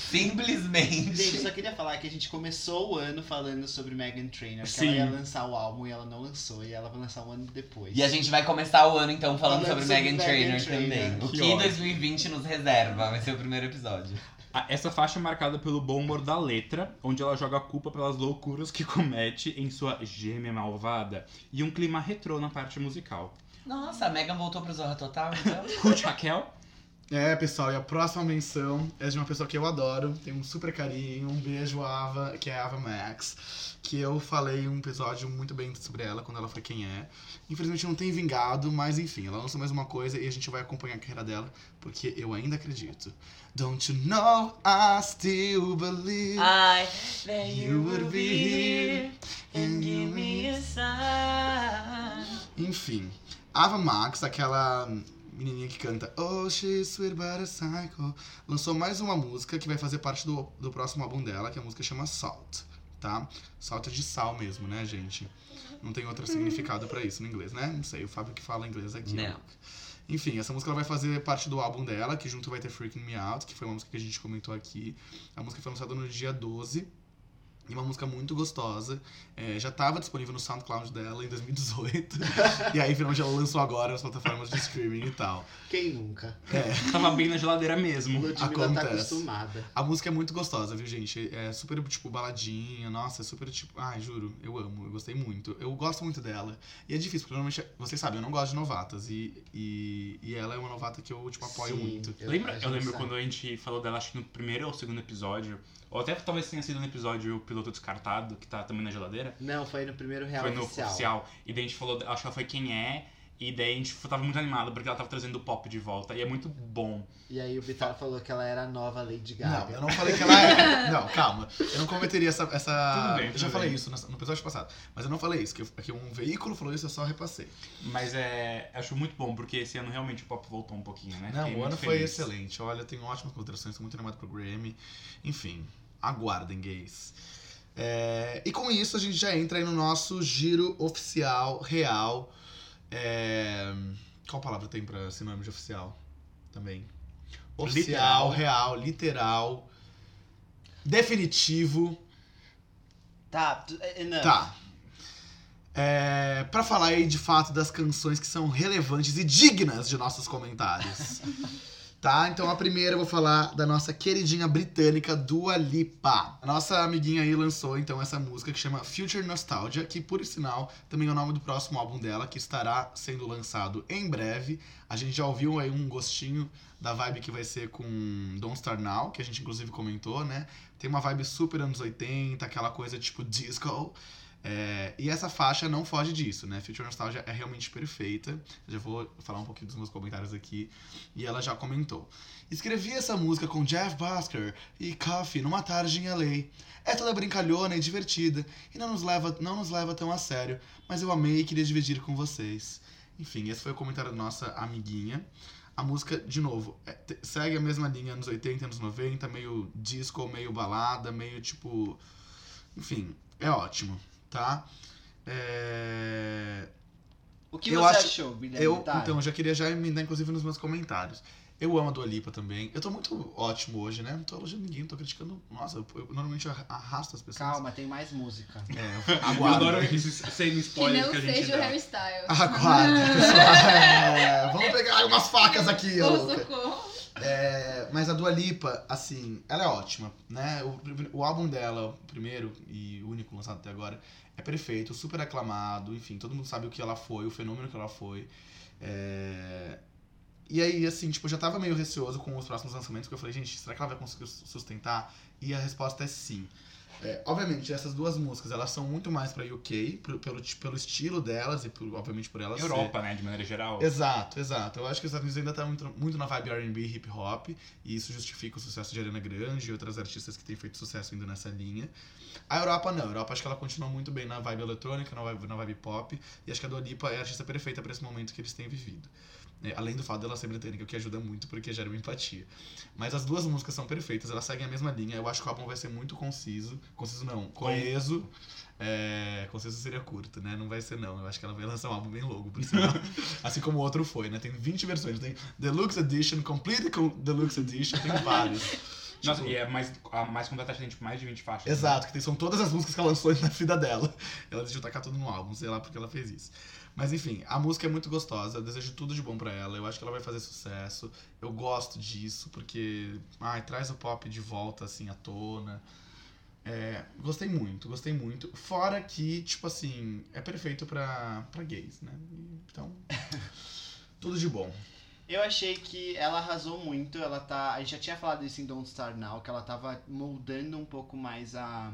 S3: Simplesmente.
S2: Gente, só queria falar que a gente começou o ano falando sobre Megan Trainor, que
S4: Sim.
S2: ela ia lançar o álbum e ela não lançou, e ela vai lançar um ano depois.
S3: E a gente vai começar o ano então falando,
S2: Falando
S3: sobre
S2: sobre
S3: Megan
S2: Meghan
S3: Trainor
S2: Trainor.
S3: também. O
S4: Que
S3: que,
S4: ótimo.
S3: 2020 nos reserva, vai ser o primeiro episódio.
S4: A- Essa faixa é marcada pelo bom humor da letra, onde ela joga a culpa pelas loucuras que comete em sua gêmea malvada, e um clima retrô na parte musical.
S3: Nossa, a Megan voltou pro Zorra Total, então.
S4: Ruth Raquel,
S5: É, pessoal, e a próxima menção é de uma pessoa que eu adoro, tenho um super carinho, um beijo, Ava, que é a Ava Max, que eu falei em um episódio muito bem sobre ela, quando ela foi quem é. Infelizmente não tem vingado, mas enfim, ela lançou mais uma coisa e a gente vai acompanhar a carreira dela, porque eu ainda acredito. Don't you know I still believe
S7: I that
S5: you would be here
S7: and give me a sign.
S5: Enfim, Ava Max, aquela menininha que canta Oh, she's sweet but a psycho, lançou mais uma música que vai fazer parte do, do próximo álbum dela, que a música chama Salt, tá? Salt é de sal mesmo, né, gente? Não tem outro significado pra isso no inglês, né? Não sei, o Fábio que fala inglês aqui. né?
S3: Não.
S5: Enfim, essa música ela vai fazer parte do álbum dela, que junto vai ter Freaking Me Out, que foi uma música que a gente comentou aqui. A música foi lançada no dia 12. E uma música muito gostosa. É, já estava disponível no SoundCloud dela em 2018. e aí, finalmente, ela lançou agora nas plataformas de streaming e tal.
S2: Quem nunca?
S4: tava bem na geladeira mesmo.
S2: Ludmilla tá
S5: Acontece.
S2: acostumada.
S5: A música é muito gostosa, viu, gente? É super, tipo, baladinha. Nossa, é super, tipo... Ai, juro, eu amo. Eu gostei muito. Eu gosto muito dela. E é difícil, porque normalmente... Vocês sabem, eu não gosto de novatas. E, e, e ela é uma novata que eu, tipo, apoio
S2: Sim,
S5: muito.
S2: eu-
S4: Lembra?
S2: a gente
S4: Eu lembro
S2: sabe.
S4: quando a gente falou dela, acho que no primeiro ou segundo episódio, ou até talvez tenha sido no episódio o piloto descartado, que tá também na geladeira.
S2: Não, foi no primeiro real
S4: foi no
S2: oficial.
S4: oficial. E daí a gente falou, acho que ela foi quem é, e daí a gente f- tava muito animado porque ela tava trazendo o pop de volta, e é muito bom.
S2: E aí o Bitar falou que ela era a nova Lady
S5: Não,
S2: Gaga.
S5: eu não falei que ela é. Não, calma. Eu não cometeria essa. essa...
S4: Tudo bem,
S5: eu
S4: tudo
S5: já falei
S4: bem.
S5: isso no no episódio passado. Mas eu não falei isso. Que, eu- que um veículo falou isso, eu só repassei.
S4: Mas é. Acho muito bom, porque esse ano realmente o pop voltou um pouquinho, né?
S5: não,
S4: Fiquei
S5: o ano
S4: muito
S5: foi
S4: feliz.
S5: excelente. Olha, eu tenho ótimas considerações, tô muito animado pro Grammy. Enfim, aguardem, gays. É, e com isso a gente já entra aí no nosso giro oficial, real. É, qual palavra tem pra sinônimo de oficial? Também.
S4: Literal.
S5: Oficial, real, literal. Definitivo.
S2: Tá, tu- é- é, não.
S5: Tá. É, para
S2: [LAUGHS]
S5: falar aí de fato das canções que são relevantes e dignas de nossos comentários. Tá? Então a primeira eu vou falar da nossa queridinha britânica Dua Lipa. A nossa amiguinha aí lançou então essa música que chama Future Nostalgia, que por sinal também é o nome do próximo álbum dela, que estará sendo lançado em breve. A gente já ouviu aí um gostinho da vibe que vai ser com Don't Start Now, que a gente inclusive comentou, né? Tem uma vibe super anos 80, aquela coisa tipo disco. É, e essa faixa não foge disso, né? Future Nostalgia é realmente perfeita. Já vou falar um pouquinho dos meus comentários aqui. E ela já comentou. Escrevi essa música com Jeff Busker e Coffee numa tarde em LA. É toda brincalhona e divertida, e não nos leva, não nos leva tão a sério, mas eu amei e queria dividir com vocês. Enfim, esse foi o comentário da nossa amiguinha. A música, de novo, é- te- segue a mesma linha anos 80, anos 90, meio disco, meio balada, meio tipo. Enfim, é ótimo, tá? É...
S2: O que
S5: Eu
S2: você
S5: acho-
S2: achou, Guilherme?
S5: Eu,
S2: Tá.
S5: então, eu já queria já emendar, inclusive, nos meus comentários. Eu amo a Dua Lipa também. Eu tô muito ótimo hoje, né? Não tô elogiando ninguém, não tô criticando. Nossa, eu, eu normalmente arra- arrasto as pessoas.
S2: Calma, tem mais música.
S5: É, [LAUGHS] eu-
S4: Eu
S5: aguardo.
S4: adoro esses sem
S6: Que
S4: spoilers
S6: não
S4: que, a gente
S6: seja o
S4: dá.
S6: Harry Styles.
S5: Ah, [LAUGHS]
S6: [LAUGHS]
S5: Aguardo, pessoal. [LAUGHS] É, vamos pegar umas facas aqui, ô
S6: Ou
S5: louca.
S6: socorro.
S5: É, mas a Dua Lipa, assim, ela é ótima, né? O, prim- o álbum dela, o primeiro e único lançado até agora, é perfeito, super aclamado, enfim, todo mundo sabe o que ela foi, o fenômeno que ela foi. É, E aí, assim, tipo, eu já tava meio receoso com os próximos lançamentos, porque eu falei, gente, será que ela vai conseguir su- sustentar? E a resposta é sim. É, obviamente, essas duas músicas, elas são muito mais pra UK, pro- pelo, ti- pelo estilo delas e, por- obviamente, por elas ser-
S4: Europa, né, de maneira geral.
S5: Exato, exato. Eu acho que os Estados Unidos ainda tá muito, muito na vibe R&B e hip hop, e isso justifica o sucesso de Ariana Grande e outras artistas que têm feito sucesso indo nessa linha. A Europa não, a Europa acho que ela continua muito bem na vibe eletrônica, na vibe, na vibe pop, e acho que a Dua Lipa é a artista perfeita para esse momento que eles têm vivido. É, além do fato dela ser britânica, o que ajuda muito porque gera uma empatia. Mas as duas músicas são perfeitas, elas seguem a mesma linha. Eu acho que o álbum vai ser muito conciso. Conciso não, coeso. É, conciso seria curto, né? Não vai ser não. Eu acho que ela vai lançar um álbum bem longo, por sinal. assim como o outro foi, né? Tem 20 versões. Tem Deluxe Edition, Complete com- Deluxe Edition, tem vários.
S4: Nossa,
S5: Tipo,
S4: e é mais, a mais completa tem tipo, mais de 20 faixas. né?
S5: Exato, que tem- são todas as músicas que ela lançou na vida dela. Ela decidiu tacar tudo no álbum, sei lá porque ela fez isso. Mas enfim, a música é muito gostosa, eu desejo tudo de bom pra ela, eu acho que ela vai fazer sucesso. Eu gosto disso, porque ai, traz o pop de volta assim à tona. É, gostei muito, gostei muito. Fora que, tipo assim, é perfeito pra, pra gays, né? Então, tudo de bom.
S2: Eu achei que ela arrasou muito, ela tá. A gente já tinha falado isso em Don't Start Now, que ela tava moldando um pouco mais a,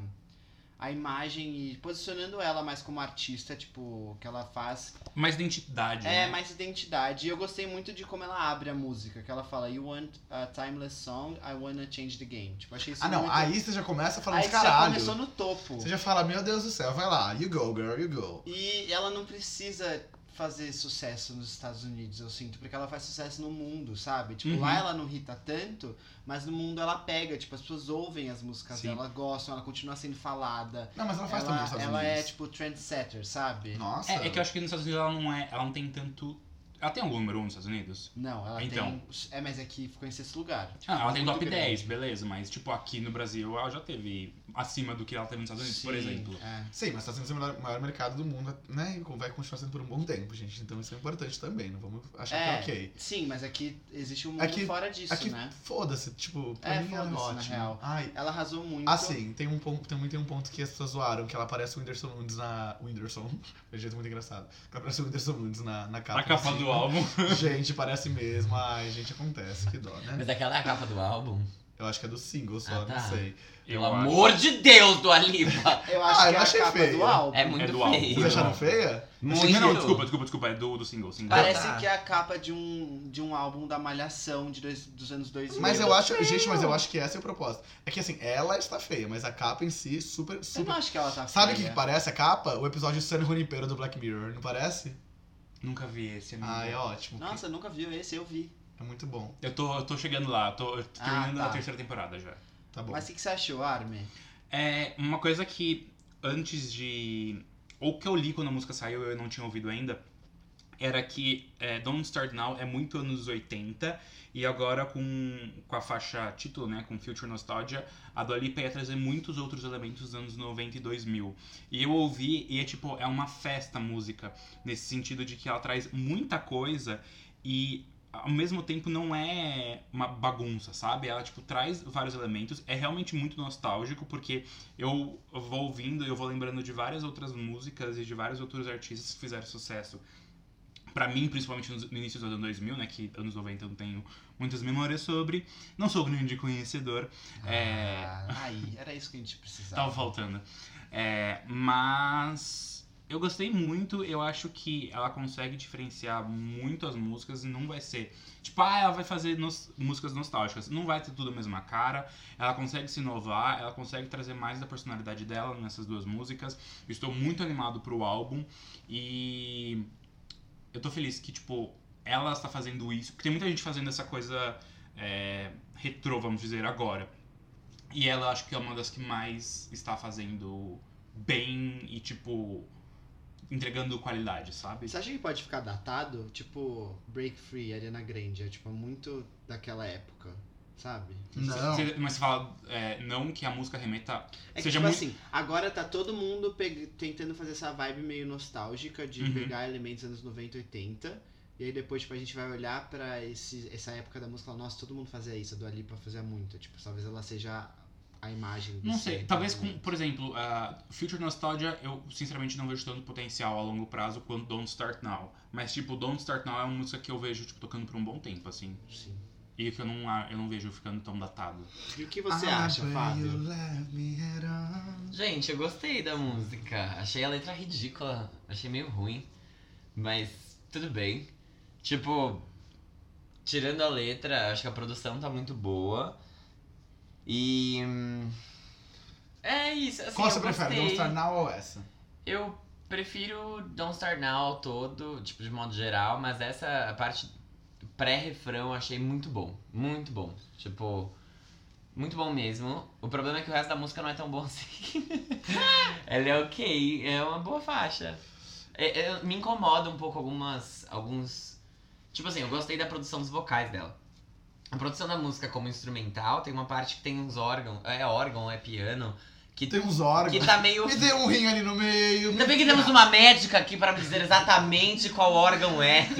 S2: a imagem e posicionando ela mais como artista, tipo, que ela faz.
S4: Mais identidade.
S2: É,
S4: né?
S5: Uhum.
S2: mais identidade. E eu gostei muito de como ela abre a música, que ela fala, You want a timeless song, I wanna change the game. Tipo, achei isso
S5: Ah não,
S2: muito.
S5: aí você já começa falando
S2: Aí você já
S5: caralho.
S2: começou no topo.
S5: Você já fala, meu Deus do céu, vai lá, you go, girl, you go.
S2: E ela não precisa fazer sucesso nos Estados Unidos, eu sinto, porque ela faz sucesso no mundo, sabe? Tipo,
S4: Uhum.
S2: lá ela não irrita tanto, mas no mundo ela pega, tipo, as pessoas ouvem as músicas
S4: Sim.
S2: dela, gostam, ela continua sendo falada.
S5: Não, mas ela faz também nos Estados
S2: ela é,
S5: Unidos.
S2: tipo, trendsetter, sabe?
S5: Nossa.
S4: É, é que eu acho que nos Estados Unidos ela não é. Ela não tem tanto. Ela tem algum número 1 nos Estados Unidos?
S2: Não, ela
S4: Então.
S2: tem. É, mas é que ficou em sexto lugar.
S4: Ah, ela tem
S2: muito
S4: top
S2: grande.
S4: 10, beleza, mas tipo aqui no Brasil ela já teve acima do que ela teve nos Estados Unidos, por
S2: Sim,
S4: exemplo.
S2: é.
S5: Sim, mas tá sendo o maior, maior mercado do mundo, né? E vai continuar sendo por um bom tempo, gente. Então isso é importante também. Não vamos achar
S2: É,
S5: que é ok.
S2: Sim, mas aqui existe um mundo
S5: Aqui-
S2: fora disso,
S5: Aqui,
S2: né?
S5: foda-se. Tipo, pra
S2: É,
S5: mim ela
S2: foda-se,
S5: é
S2: na
S5: ótima.
S2: real. Então
S5: Ai,
S2: Ela arrasou muito.
S5: assim, tem um, ponto, também tem um ponto que as pessoas zoaram, que ela parece o Whindersson Nunes na... O Whindersson? [LAUGHS] De jeito muito engraçado. Ela parece o Whindersson Nunes na, na capa.
S4: Na capa
S5: assim.
S4: do álbum.
S5: Gente, parece mesmo. Ai, gente, acontece. Que dó, né?
S3: Mas aquela é a capa do álbum?
S5: Eu acho que é do single só,
S3: Ah,
S5: não
S3: tá.
S5: sei.
S3: Pelo
S4: eu acho.
S3: amor de Deus, do Alipa!
S2: Eu acho
S5: Ah, eu
S2: que é
S5: achei
S2: a capa
S5: feia.
S2: do álbum.
S3: É muito
S4: É do álbum.
S3: feio.
S5: Vocês acharam feia?
S3: Muito.
S4: Não, não, desculpa, desculpa, desculpa. É do, do single, single.
S2: Parece
S3: tá.
S2: que é a capa de um, de um álbum da Malhação de dois, dos anos 2000.
S5: Mas eu acho, gente, mas eu acho que essa é o propósito. É que assim, ela está feia, mas a capa em si, é super,
S2: Eu não
S5: super.
S2: acho que ela tá
S5: Sabe o que
S2: feia.
S5: que parece a capa? O episódio Sunny Runipeiro do Black Mirror, não parece?
S4: Nunca vi esse, amigo.
S5: Ah, é ótimo.
S2: Nossa, nunca viu esse, eu vi.
S5: É muito bom.
S4: Eu tô, eu tô chegando lá, eu tô, eu tô
S2: Ah,
S4: terminando
S2: tá.
S4: a terceira temporada já.
S5: Tá bom.
S2: Mas o que, que você achou, Armin?
S4: É uma coisa que antes de. Ou que eu li quando a música saiu eu não tinha ouvido ainda. Era que é, Don't Start Now é muito anos 80. E agora com, com a faixa título, né? Com Future Nostalgia, a Dua Lipa ia trazer muitos outros elementos dos anos 90 e 2000. E eu ouvi e é tipo, é uma festa a música. Nesse sentido de que ela traz muita coisa e ao mesmo tempo não é uma bagunça, sabe? Ela, tipo, traz vários elementos. É realmente muito nostálgico, porque eu vou ouvindo e eu vou lembrando de várias outras músicas e de vários outros artistas que fizeram sucesso. Pra mim, principalmente nos- no início dos anos 2000, né? Que anos 90 eu não tenho muitas memórias sobre. Não sou um grande conhecedor. É... Então
S2: Ah, aí, era isso que a gente precisava.
S4: Tava faltando. É, mas eu gostei muito, eu acho que ela consegue diferenciar muito as músicas e não vai ser. Tipo, ah, ela vai fazer nos- músicas nostálgicas. Não vai ter tudo a mesma cara. Ela consegue se inovar, ela consegue trazer mais da personalidade dela nessas duas músicas. Eu estou muito animado pro álbum e eu tô feliz que, tipo, ela está fazendo isso. Porque tem muita gente fazendo essa coisa é, retrô, vamos dizer, agora. E ela acho que é uma das que mais está fazendo bem e, tipo, entregando qualidade, sabe?
S2: Você acha que pode ficar datado? Tipo, Break Free, Ariana Grande. É, tipo, muito daquela época, sabe?
S5: Não.
S4: Você- mas você fala, é, não que a música remeta.
S2: É que,
S4: Seja
S2: tipo
S4: muito-
S2: assim, agora tá todo mundo pe- tentando fazer essa vibe meio nostálgica de
S4: Uhum.
S2: pegar elementos anos 90, 80. E aí depois, tipo, a gente vai olhar pra esse, essa época da música e falar, nossa, todo mundo fazia isso, a Dua Lipa fazia muito. Tipo, talvez ela seja a imagem
S4: Não
S2: desse
S4: sei, talvez com, por exemplo, a Future Nostalgia, eu sinceramente não vejo tanto potencial a longo prazo quanto Don't Start Now. Mas, tipo, Don't Start Now é uma música que eu vejo, tipo, tocando por um bom tempo, assim.
S2: Sim.
S4: E que eu não, a- eu não vejo ficando tão datado.
S2: E o que você
S4: Ah,
S2: acha, Fábio?
S3: Gente, eu gostei da música. Achei a letra ridícula. Achei meio ruim. Mas tudo bem. Tipo, tirando a letra, acho que a produção tá muito boa. E. hum, É isso. Assim,
S5: Qual
S3: eu
S5: você prefere,
S3: gostei.
S5: Don't Start Now ou essa?
S3: Eu prefiro Don't Start Now ao todo, tipo, de modo geral, mas essa parte pré-refrão eu achei muito bom. Muito bom. Tipo, muito bom mesmo. O problema é que o resto da música não é tão bom [LAUGHS] assim. Ela é ok, é uma boa faixa. É- é- me incomoda um pouco algumas. alguns. Tipo assim, eu gostei da produção dos vocais dela. A produção da música como instrumental tem uma parte que tem uns órgãos. É órgão, é piano. Que,
S5: Tem uns órgãos.
S3: que tá
S5: [LAUGHS]
S3: meio.
S5: Me deu um rim ali no meio.
S3: Ainda bem que temos uma médica aqui para dizer exatamente qual órgão é. [LAUGHS]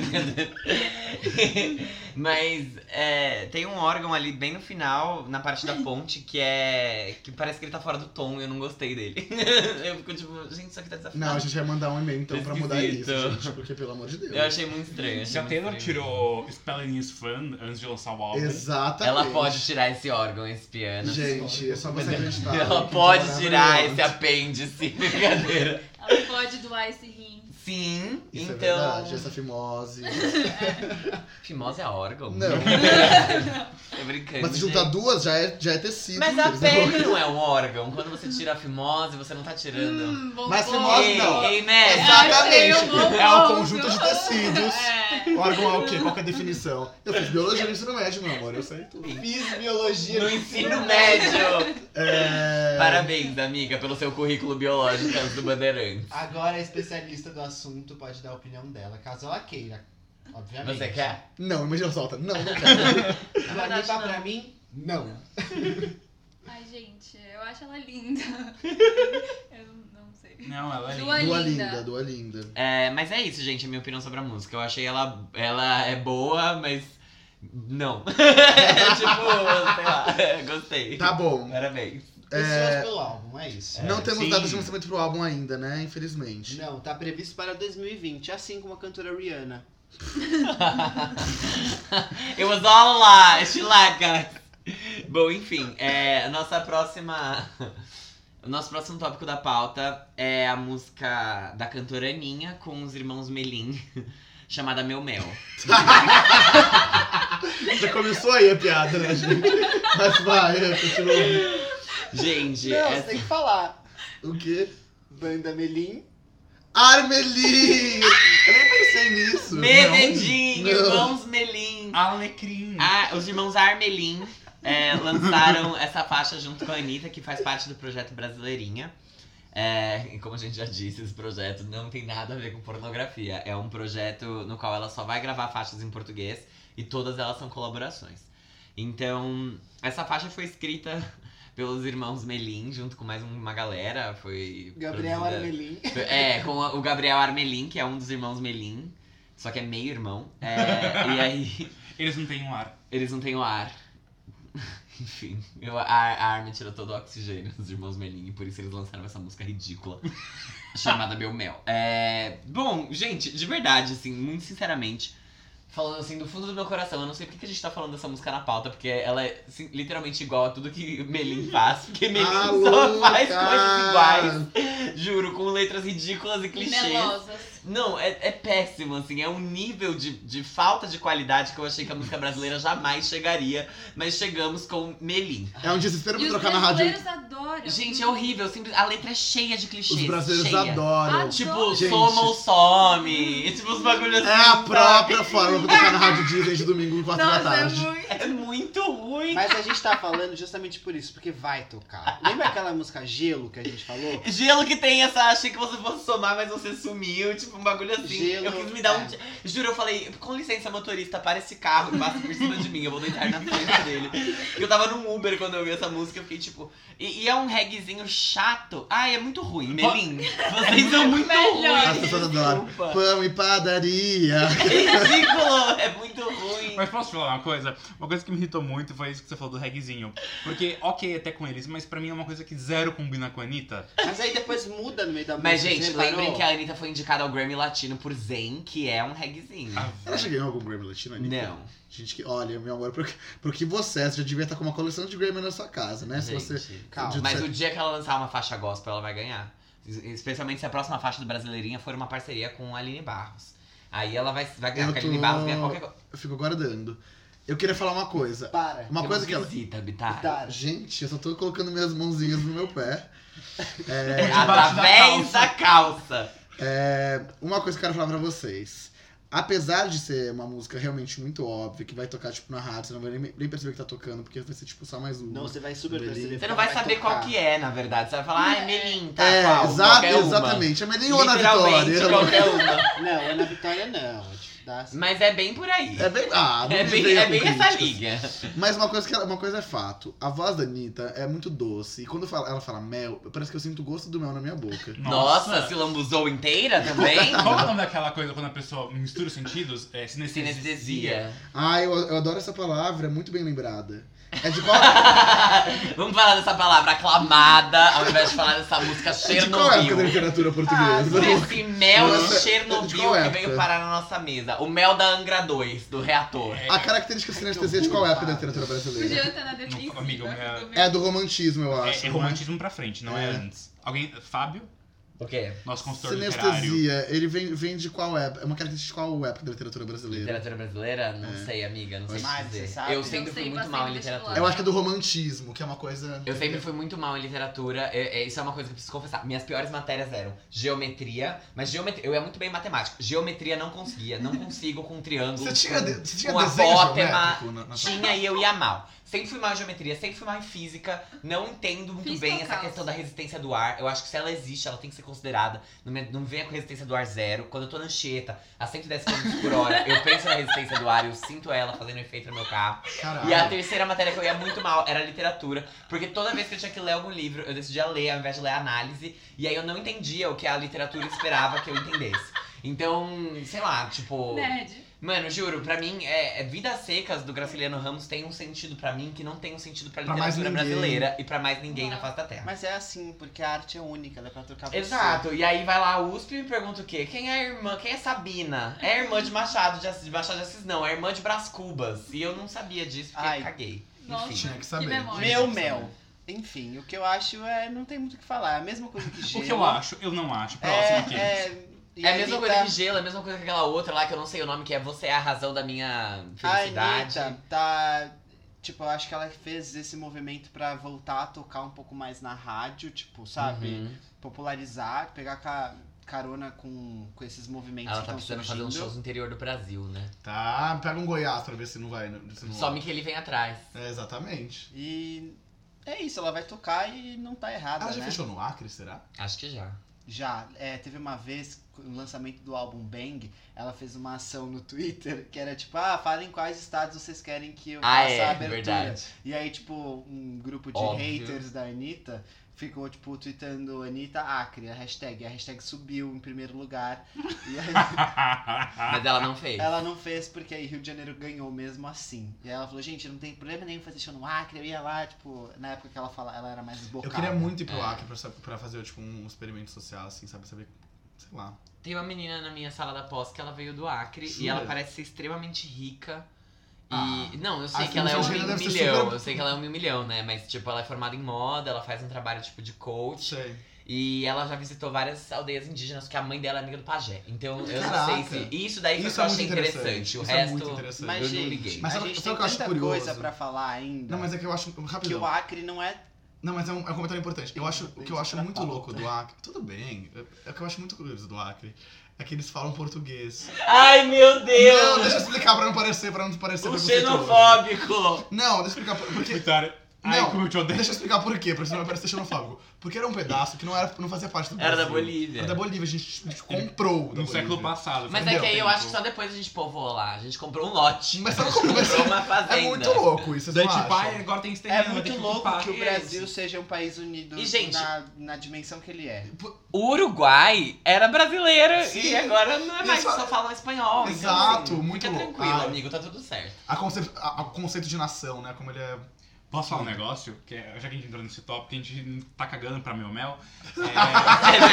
S3: Mas é, tem um órgão ali bem no final, na parte da ponte, que é. que parece que ele tá fora do tom e eu não gostei dele. [LAUGHS] eu fico tipo, gente, isso aqui tá desafinado.
S5: Não, a gente vai mandar um e-mail então pra mudar isso,
S3: Esquisito.
S5: gente. Porque, pelo amor de Deus.
S3: Eu achei muito estranho. achei
S4: Já
S3: muito
S4: É Taylor
S3: estranho.
S4: tirou Spelling is Fun antes de lançar o álbum.
S5: Exatamente.
S3: Ela pode tirar esse órgão, esse piano.
S5: Gente, é só você acreditar.
S3: Ela
S5: Que
S3: pode
S5: maravilhoso.
S3: tirar esse apêndice. [LAUGHS] Brincadeira.
S6: Ela pode doar esse rim.
S3: Sim,
S5: Isso é
S3: então.
S5: verdade, essa fimose.
S3: Fimosa é órgão?
S5: Não.
S3: [LAUGHS] Tô brincando.
S5: Mas se juntar
S3: gente.
S5: duas já é, já é tecido.
S3: Mas a
S5: entendeu?
S3: pele não é um órgão. Quando você tira a fimose, você não tá tirando.
S6: Hum, bom
S5: Mas
S6: ponto.
S5: fimose não.
S3: ei, né? médico.
S5: Exatamente.
S6: Achei um bom
S5: É um
S6: ponto.
S5: conjunto de tecidos.
S6: [LAUGHS] É.
S5: Órgão é o quê? Qual que é a definição? Eu fiz biologia no ensino médio, meu amor. Eu sei tudo.
S2: Fiz biologia.
S3: No ensino médio.
S5: É...
S3: Parabéns, amiga, pelo seu currículo biológico antes do Bandeirante.
S2: Agora a especialista do assunto pode dar a opinião dela, caso ela queira. Obviamente.
S3: Você quer?
S5: Não, imagina solta. Não, não quero.
S2: Dua
S3: verdade,
S2: Lipa
S3: não.
S2: pra mim, não.
S6: Ai, gente, eu acho ela [LAUGHS] linda. eu não sei.
S4: Não, ela é
S6: Duas
S4: linda.
S5: Dua
S6: linda.
S5: linda, dua linda.
S3: É, mas é isso, gente, a minha opinião sobre a música. Eu achei ela, ela é boa, mas. Não. [LAUGHS] tipo, sei lá. [LAUGHS] Gostei.
S5: Tá bom.
S3: Parabéns.
S2: Pessoas pelo álbum, é isso.
S5: Não temos
S4: sim.
S5: dados de lançamento pro álbum ainda, né? Infelizmente.
S2: Não, tá previsto para 2020, assim como a cantora Rihanna.
S3: It was all a lie. She lied, guys. Bom, enfim, é, a nossa próxima. O nosso próximo tópico da pauta é a música da cantora Aninha com os irmãos Melim, [LAUGHS] chamada Meu Mel.
S5: Já começou aí a piada, né, gente? Mas vai, é, continua.
S3: Gente, é
S2: não, você
S3: essa-
S2: tem que falar.
S5: O quê?
S2: Banda Melim.
S5: Armeli! Eu nem pensei nisso.
S3: Menedim,
S5: Não.
S3: irmãos Melim.
S4: Alecrim.
S3: Ah, os irmãos Armelim é, lançaram essa faixa junto com a Anitta, que faz parte do projeto Brasileirinha. É, e como a gente já disse, esse projeto não tem nada a ver com pornografia. É um projeto no qual ela só vai gravar faixas em português e todas elas são colaborações. Então, essa faixa foi escrita [LAUGHS] pelos irmãos Melim, junto com mais uma galera. Foi
S2: Gabriel
S3: produzida-
S2: Armelin.
S3: é, com a- o Gabriel Armelin, que é um dos irmãos Melim, só que é meio irmão. É, e aí
S4: Eles não têm um ar.
S3: Eles não têm o ar. [LAUGHS] Enfim, eu, a, a Armin tirou todo o oxigênio dos irmãos Melim e por isso eles lançaram essa música
S5: [LAUGHS]
S3: ridícula chamada Meu Mel. É, bom, gente, de verdade, assim, muito sinceramente, falando assim do fundo do meu coração, eu não sei porque que a gente tá falando dessa música na pauta, porque ela é assim, literalmente igual a tudo que Melim faz, porque Melim só
S5: Alô,
S3: faz
S5: cara.
S3: coisas iguais, juro, com letras ridículas e clichês.
S6: Melosas.
S3: Não, é, é péssimo, assim. É um nível de, de falta de qualidade que eu achei que a música brasileira jamais chegaria. Mas chegamos com Melim.
S5: É um desespero pra
S6: E os
S5: trocar na rádio.
S6: brasileiros adoram.
S3: Gente, é horrível. Sempre, a letra é cheia de clichês.
S5: Os brasileiros
S3: cheia.
S5: adoram.
S6: Adoro.
S3: Tipo,
S5: Gente.
S3: soma ou some. E, tipo, os bagulhos assim.
S5: É a
S3: sabe?
S5: própria forma pra tocar na Rádio Disney de domingo em 4 da
S6: Nossa, é
S5: tarde.
S6: muito.
S3: É muito ruim.
S2: Mas a gente tá falando justamente por isso, porque vai tocar. Lembra aquela música Gelo que a gente falou?
S3: Gelo que tem essa, achei que você fosse somar, mas você sumiu, tipo, um bagulho assim.
S2: Gelo,
S3: eu quis me dar um.
S2: é.
S3: ti- Juro, eu falei, com licença, motorista, para esse carro que passa por cima de mim, eu vou deitar na frente dele. Eu tava num Uber quando eu ouvi essa música, eu fiquei tipo. E, e é um reggaezinho chato. Ai, é muito ruim, Melim. Vocês são muito
S6: Melhor.
S5: As
S3: ruins.
S5: pessoas adoram.
S3: Desculpa.
S5: Pão e padaria.
S3: É ridículo, é muito ruim.
S4: Mas posso te falar uma coisa? Uma coisa que me irritou muito foi isso que você falou do regzinho. Porque, ok, até com eles, mas pra mim é uma coisa que zero combina com a Anitta.
S2: Mas aí depois muda no meio da
S3: Mas,
S2: música.
S3: gente,
S2: você
S3: lembrem
S2: reparou?
S3: que a Anitta foi indicada ao Grammy Latino por Zen, que é um reggaezinho.
S4: Ah,
S5: Ela já ganhou algum Grammy Latino, é Anitta?
S3: Não.
S5: Gente, que olha, meu amor, pro, pro que você é, você já devia estar com uma coleção de Grammy na sua casa, né? Se você.
S3: Gente.
S2: Calma.
S5: de-
S3: Mas o dia que ela lançar uma faixa gospel, ela vai ganhar. Es- Especialmente se a próxima faixa do Brasileirinha for uma parceria com a Aline Barros. Aí ela vai, vai ganhar,
S5: Eu
S3: porque a Aline
S5: tô-
S3: Barros ganha qualquer coisa.
S5: Eu fico guardando. Eu queria falar uma coisa.
S2: Para.
S5: Uma coisa que ela.
S3: Visita, Bitar.
S2: Tá.
S5: Gente, eu só tô colocando minhas mãozinhas no meu pé.
S3: É,
S5: É,
S4: Debaixo da
S3: através
S4: calça.
S3: da calça.
S5: é, uma coisa que eu quero falar pra vocês. Apesar de ser uma música realmente muito óbvia, que vai tocar, tipo, na rádio, você não vai nem, nem perceber que tá tocando, porque vai ser, tipo, só mais uma.
S2: Não, você vai super
S5: Melim.
S2: perceber.
S3: Você não vai saber qual que é, na verdade. Você vai falar, ai,
S6: É.
S3: Melim, tá
S5: é,
S3: qual?
S5: exa-
S3: Qualquer uma.
S5: exatamente. É melhor ou na
S3: Literalmente,
S5: vitória. né,
S3: qualquer uma.
S2: Não, Ana Vitória não. Tipo, Dá-
S3: Mas [LAUGHS] é bem por aí.
S5: É bem. Ah, não
S3: É
S5: me
S3: bem,
S5: venha
S3: é
S5: com
S3: bem essa
S5: críticas.
S3: liga.
S5: Mas uma coisa, que ela- uma coisa é fato. A voz da Anitta é muito doce. E quando fala- ela fala mel, parece que eu sinto o gosto do mel na minha boca.
S3: Nossa, se lambuzou inteira também?
S4: Qual que é o nome daquela coisa quando a pessoa mistura os sentidos? É sinestesia.
S3: Sinestesia.
S5: Ah, eu, eu adoro essa palavra, é muito bem lembrada. É de
S4: [LAUGHS]
S5: qual,
S3: [LAUGHS] Vamos falar dessa palavra aclamada, ao invés de falar dessa música
S5: é de qual época da
S3: Chernobyl. Ah,
S5: literatura portuguesa?
S3: Esse mel
S5: Nossa,
S3: de
S5: É de
S3: Chernobyl
S5: qual
S3: que
S5: época?
S3: veio parar na nossa mesa. O mel da Angra 2, do reator.
S5: A característica sinestesia é de qual época da literatura brasileira?
S6: Podia estar na defensiva.
S4: amigo, minha-
S6: do meu-
S5: É do romantismo, eu acho.
S4: É, é
S5: não
S4: romantismo pra frente, não é,
S5: É.
S4: antes. Alguém. Fábio?
S3: O quê?
S4: Nosso consultor literário.
S5: Sinestesia, ele vem, vem de qual época? É uma característica de qual época da literatura brasileira?
S3: Literatura brasileira? Não
S5: É.
S3: sei, amiga, não sei
S2: Mas
S3: te
S2: você
S3: dizer.
S2: sabe?
S3: Eu
S2: Não
S3: sempre
S6: sei,
S3: fui muito
S6: passei
S3: mal em
S6: no
S3: literatura.
S6: vestibular.
S5: Eu acho que é do romantismo, que é uma coisa.
S3: Eu sempre fui muito mal em literatura, é- é- isso é uma coisa que eu preciso confessar. Minhas piores matérias eram geometria, mas geometria. Eu era muito bem em matemática. Geometria não conseguia,
S5: [LAUGHS]
S3: não consigo com um triângulo.
S5: Você tinha,
S3: com-
S5: de- você tinha
S3: com
S5: desenho
S3: apótema,
S5: geométrico na, na sua
S3: Tinha e eu ia mal. Sempre fui mal em geometria, sempre fui mal em física. Não entendo muito
S6: Fiz
S3: bem
S6: tão
S3: essa
S6: calça.
S3: questão da resistência do ar. Eu acho que se ela existe, ela tem que ser considerada. Não me, não me venha com resistência do ar zero. Quando eu tô na anchieta, a 110 km por hora, eu penso na resistência do ar, eu sinto ela fazendo efeito no meu carro.
S5: Caralho.
S3: E a terceira matéria que eu ia muito mal era literatura. Porque toda vez que eu tinha que ler algum livro, eu decidia ler ao invés de ler análise. E aí eu não entendia o que a literatura esperava que eu entendesse. Então, sei lá, tipo.
S6: Nerd.
S3: Mano, juro, pra mim, é, é Vidas Secas do Graciliano Ramos tem um sentido pra mim que não tem um sentido pra
S5: Pra mais
S3: literatura
S5: ninguém.
S3: brasileira e pra mais ninguém na
S6: Não.
S3: face da terra.
S2: Mas é assim, porque a arte é única, ela é pra trocar você.
S3: Exato, e aí vai lá a USP e me pergunta o quê? Quem é a irmã? Quem é Sabina? É a irmã de Machado de Assis, de Machado de Assis não, é a irmã de Brás Cubas. E eu não sabia disso porque
S2: Ai.
S3: caguei.
S6: Nossa,
S3: Enfim.
S5: Tinha que saber.
S6: memória.
S2: Meu mel. Enfim, o que eu acho é. Não tem muito o que falar. É a mesma
S3: [LAUGHS]
S2: coisa que gelo.
S4: O que eu acho, eu não acho. Próximo aqui.
S2: É,
S4: [LAUGHS]
S2: é, e tá-
S3: É a mesma
S2: Anitta-
S3: coisa que Gelo, é a mesma coisa que aquela outra lá que eu não sei o nome, que é Você é a Razão da Minha Felicidade.
S2: A Anitta tá. Tipo, eu acho que ela fez esse movimento pra voltar a tocar um pouco mais na rádio, tipo, sabe?
S3: Uhum.
S2: Popularizar, pegar ca- carona com, com esses movimentos
S3: Ela
S2: que
S3: tá
S2: estão
S3: precisando fazer
S2: surgindo.
S3: uns shows no interior do Brasil, né?
S5: Tá, pega um Goiás pra ver se não vai. Se não
S3: Some que ele vem atrás.
S5: É, exatamente.
S2: E é isso, ela vai tocar e não tá errada,
S5: Ela já
S2: né?
S5: fechou no Acre, será?
S3: Acho que já.
S2: Já, é, teve uma vez, no lançamento do álbum Bang, ela fez uma ação no Twitter que era tipo, ah, falem quais estados vocês querem que eu
S3: Ah,
S2: faça a
S3: é,
S2: abertura.
S3: verdade.
S2: E aí, tipo, um grupo de
S3: Óbvio.
S2: haters da Anitta ficou, tipo, tweetando Anitta Acre, a hashtag. A hashtag subiu em primeiro lugar. E
S3: [LAUGHS]
S2: aí
S3: Mas ela não fez.
S2: ela não fez porque aí Rio de Janeiro ganhou mesmo assim. E aí ela falou, gente, não tem problema nenhum fazer show no Acre. Eu ia lá, tipo, na época que ela fala, ela era mais
S5: Eu
S2: desbocada.
S5: queria muito ir pro Acre pra, sa- pra fazer, tipo, um experimento social, assim, sabe? Saber, sei lá.
S3: Tem uma menina na minha sala da pós que ela veio do Acre e
S5: Jura?
S3: ela parece ser extremamente rica. E.
S5: Ah.
S3: não, eu sei
S5: A
S3: que ela é um
S5: Virgínia deve ser
S3: milhão.
S5: super-
S3: Eu sei que ela é um milhão, né? Mas, tipo, ela é formada em moda, ela faz um trabalho tipo de coach.
S5: Sei.
S3: E ela já visitou várias aldeias indígenas, porque a mãe dela é amiga do pajé. Então eu não
S5: Caraca.
S3: sei se. Isso daí foi o
S5: Isso
S3: que eu
S5: é muito
S3: achei
S5: interessante.
S3: interessante. O
S5: Isso é muito
S3: resto.
S5: interessante.
S2: Mas,
S3: Eu não
S2: gente,
S3: liguei.
S5: Mas
S2: a
S5: sabe-
S2: gente
S5: sabe
S2: tem
S5: o que eu acho
S2: tanta
S5: curioso?
S2: coisa pra falar ainda.
S5: Não, mas é que eu acho.
S2: que
S5: Rapidão.
S2: o Acre não é
S5: Não, mas é um, é um comentário importante. Eu acho, o que eu acho
S2: Pra
S5: muito
S2: pauta.
S5: louco do Acre. Tudo bem. É- É o que eu acho muito curioso do Acre. É que eles falam português.
S7: Ai, meu
S5: Não,
S7: Deus!
S5: deixa eu explicar pra não parecer, pra não parecer
S7: o
S5: preconceituoso.
S7: xenofóbico!
S5: Não, deixa eu explicar por- porque.
S4: Vitória, ai,
S5: Não.
S4: como eu te odeio.
S5: Deixa eu explicar por quê, pra você não parecer xenofóbico. Porque era um pedaço que não, era, não fazia parte do
S3: Era da
S5: Brasil.
S3: Bolívia.
S5: Era da Bolívia, a gente, a gente comprou. da
S4: No
S5: Bolívia.
S4: século passado.
S3: Mas é
S5: Entendeu?
S3: que aí eu
S4: Tempo.
S3: acho que só depois a gente povoou lá. A gente comprou um lote. [LAUGHS]
S5: Mas
S3: a
S5: sabe
S3: gente
S5: como vai
S3: comprou
S5: ser?
S3: uma fazenda.
S5: É muito louco isso,
S4: Daí,
S5: vocês não
S4: tipo, ai,
S5: acham?
S4: agora tem esse
S2: É
S4: terreno, vai ter
S2: muito
S4: que
S2: louco
S4: ocupar.
S2: que o
S3: É
S2: Brasil seja um país unido
S3: E, gente-
S2: na, na dimensão que ele é.
S3: O Uruguai era brasileiro
S5: Sim.
S3: e agora não é
S5: E
S3: mais,
S5: só-
S3: só, falam espanhol. então,
S5: Exato,
S3: assim,
S5: muito
S3: Fica
S5: louco.
S3: tranquilo,
S5: Ah.
S3: amigo, tá tudo certo.
S5: [LAUGHS] A conceito, a- a- o conceito de nação, né? Como ele é.
S4: Posso falar um negócio? Que é- já que a gente entrou nesse tópico, a gente tá cagando pra meu mel. é,
S5: [LAUGHS] Tão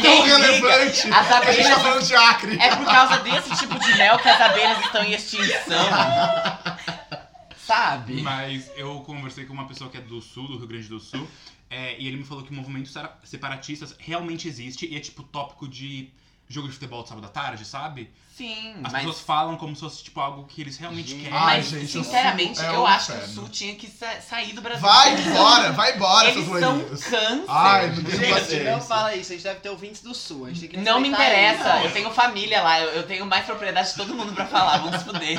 S3: Quem liga?
S5: Então, relevante!
S3: As
S5: que a gente tá
S3: abelhas.
S5: falando de Acre!
S3: É por causa desse tipo de mel que as abelhas estão em extinção.
S4: É,
S3: Sabe?
S4: mas eu conversei com uma pessoa que é do sul, do Rio Grande do Sul, é, e ele me falou que o movimento sara- separatista realmente existe e é tipo tópico de jogo de futebol de sábado à tarde, sabe?
S3: Sim,
S4: As
S3: mas.
S4: pessoas falam como se fosse tipo algo que eles realmente
S2: Gente.
S4: querem.
S5: Ai,
S3: Mas,
S5: gente, o
S3: sinceramente,
S5: Sul é um
S3: eu acho que o
S5: inferno.
S3: Sul tinha que sa- sair do Brasil.
S5: Vai embora, vai embora,
S3: É. Eles
S5: seus
S3: são
S5: loirinhos!
S3: câncer.
S5: Ai, meu Deus,
S2: Gente,
S5: paciência.
S2: não fala isso, a gente deve ter ouvintes do sul. A gente tem que
S3: Não me
S2: respeitar
S3: interessa,
S2: isso.
S3: eu tenho família lá, eu, eu tenho mais propriedade de todo mundo pra falar, vamos se fuder.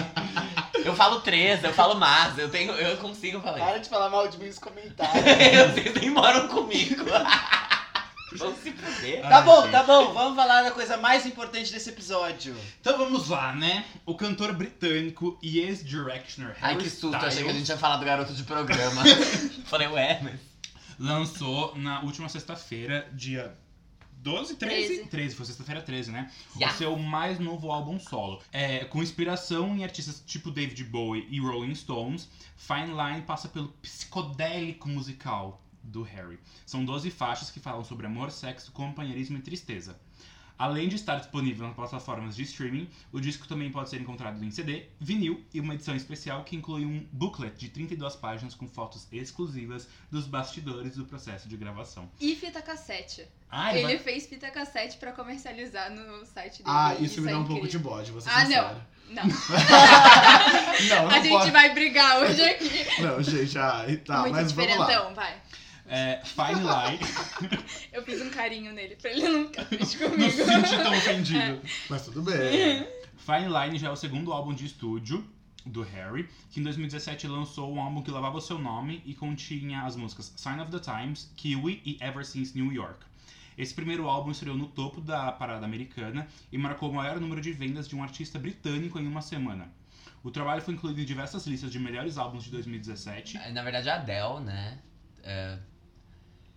S3: Eu falo três, eu falo mas, eu tenho, eu consigo falar.
S2: Para de falar mal de mim nos comentários.
S3: [LAUGHS] Eu, vocês nem moram comigo. [LAUGHS] vamos se fuder.
S2: Tá
S4: Ai,
S2: bom,
S4: gente.
S2: tá bom, vamos falar da coisa mais importante desse episódio.
S4: Então vamos lá, né? O cantor britânico e ex-directioner Harry
S3: Ai, que susto,
S4: Styles
S3: achei que a gente ia falar do garoto de programa. [LAUGHS] Falei, ué, mas...
S4: lançou na última sexta-feira, dia 12, 13? 13,
S6: Treze.
S4: foi sexta-feira 13, né?
S3: Yeah.
S4: O seu mais novo álbum solo. É, com inspiração em artistas tipo David Bowie e Rolling Stones, Fine Line passa pelo psicodélico musical do Harry. São 12 faixas que falam sobre amor, sexo, companheirismo e tristeza. Além de estar disponível nas plataformas de streaming, o disco também pode ser encontrado em CD, vinil e uma edição especial que inclui um booklet de 32 páginas com fotos exclusivas dos bastidores do processo de gravação.
S6: E fita cassete.
S4: Ah, ele
S6: ele
S4: vai-
S6: fez fita cassete pra comercializar no site dele.
S5: Ah, isso me dá
S6: é
S5: um pouco de
S6: incrível.
S5: bode, vou ser
S6: Ah,
S5: sincero.
S6: Não,
S5: Não, não
S6: a gente
S5: pode.
S6: vai brigar hoje aqui.
S5: Não, gente, ah, e tá,
S6: Muito
S5: mas vamos lá.
S6: diferentão, vai.
S4: é, Fine Line. [LAUGHS]
S6: Eu fiz um carinho nele pra ele não ficar [LAUGHS] triste
S4: Não
S6: comigo.
S4: se sente tão ofendido.
S5: Mas tudo bem.
S4: Fine Line já é o segundo álbum de estúdio do Harry, que em 2017 lançou um álbum que levava o seu nome e continha as músicas Sign of the Times, Kiwi e Ever Since New York. Esse primeiro álbum estreou no topo da parada americana e marcou o maior número de vendas de um artista britânico em uma semana. O trabalho foi incluído em diversas listas de melhores álbuns de 2017.
S3: Na verdade, a Adele, né? é,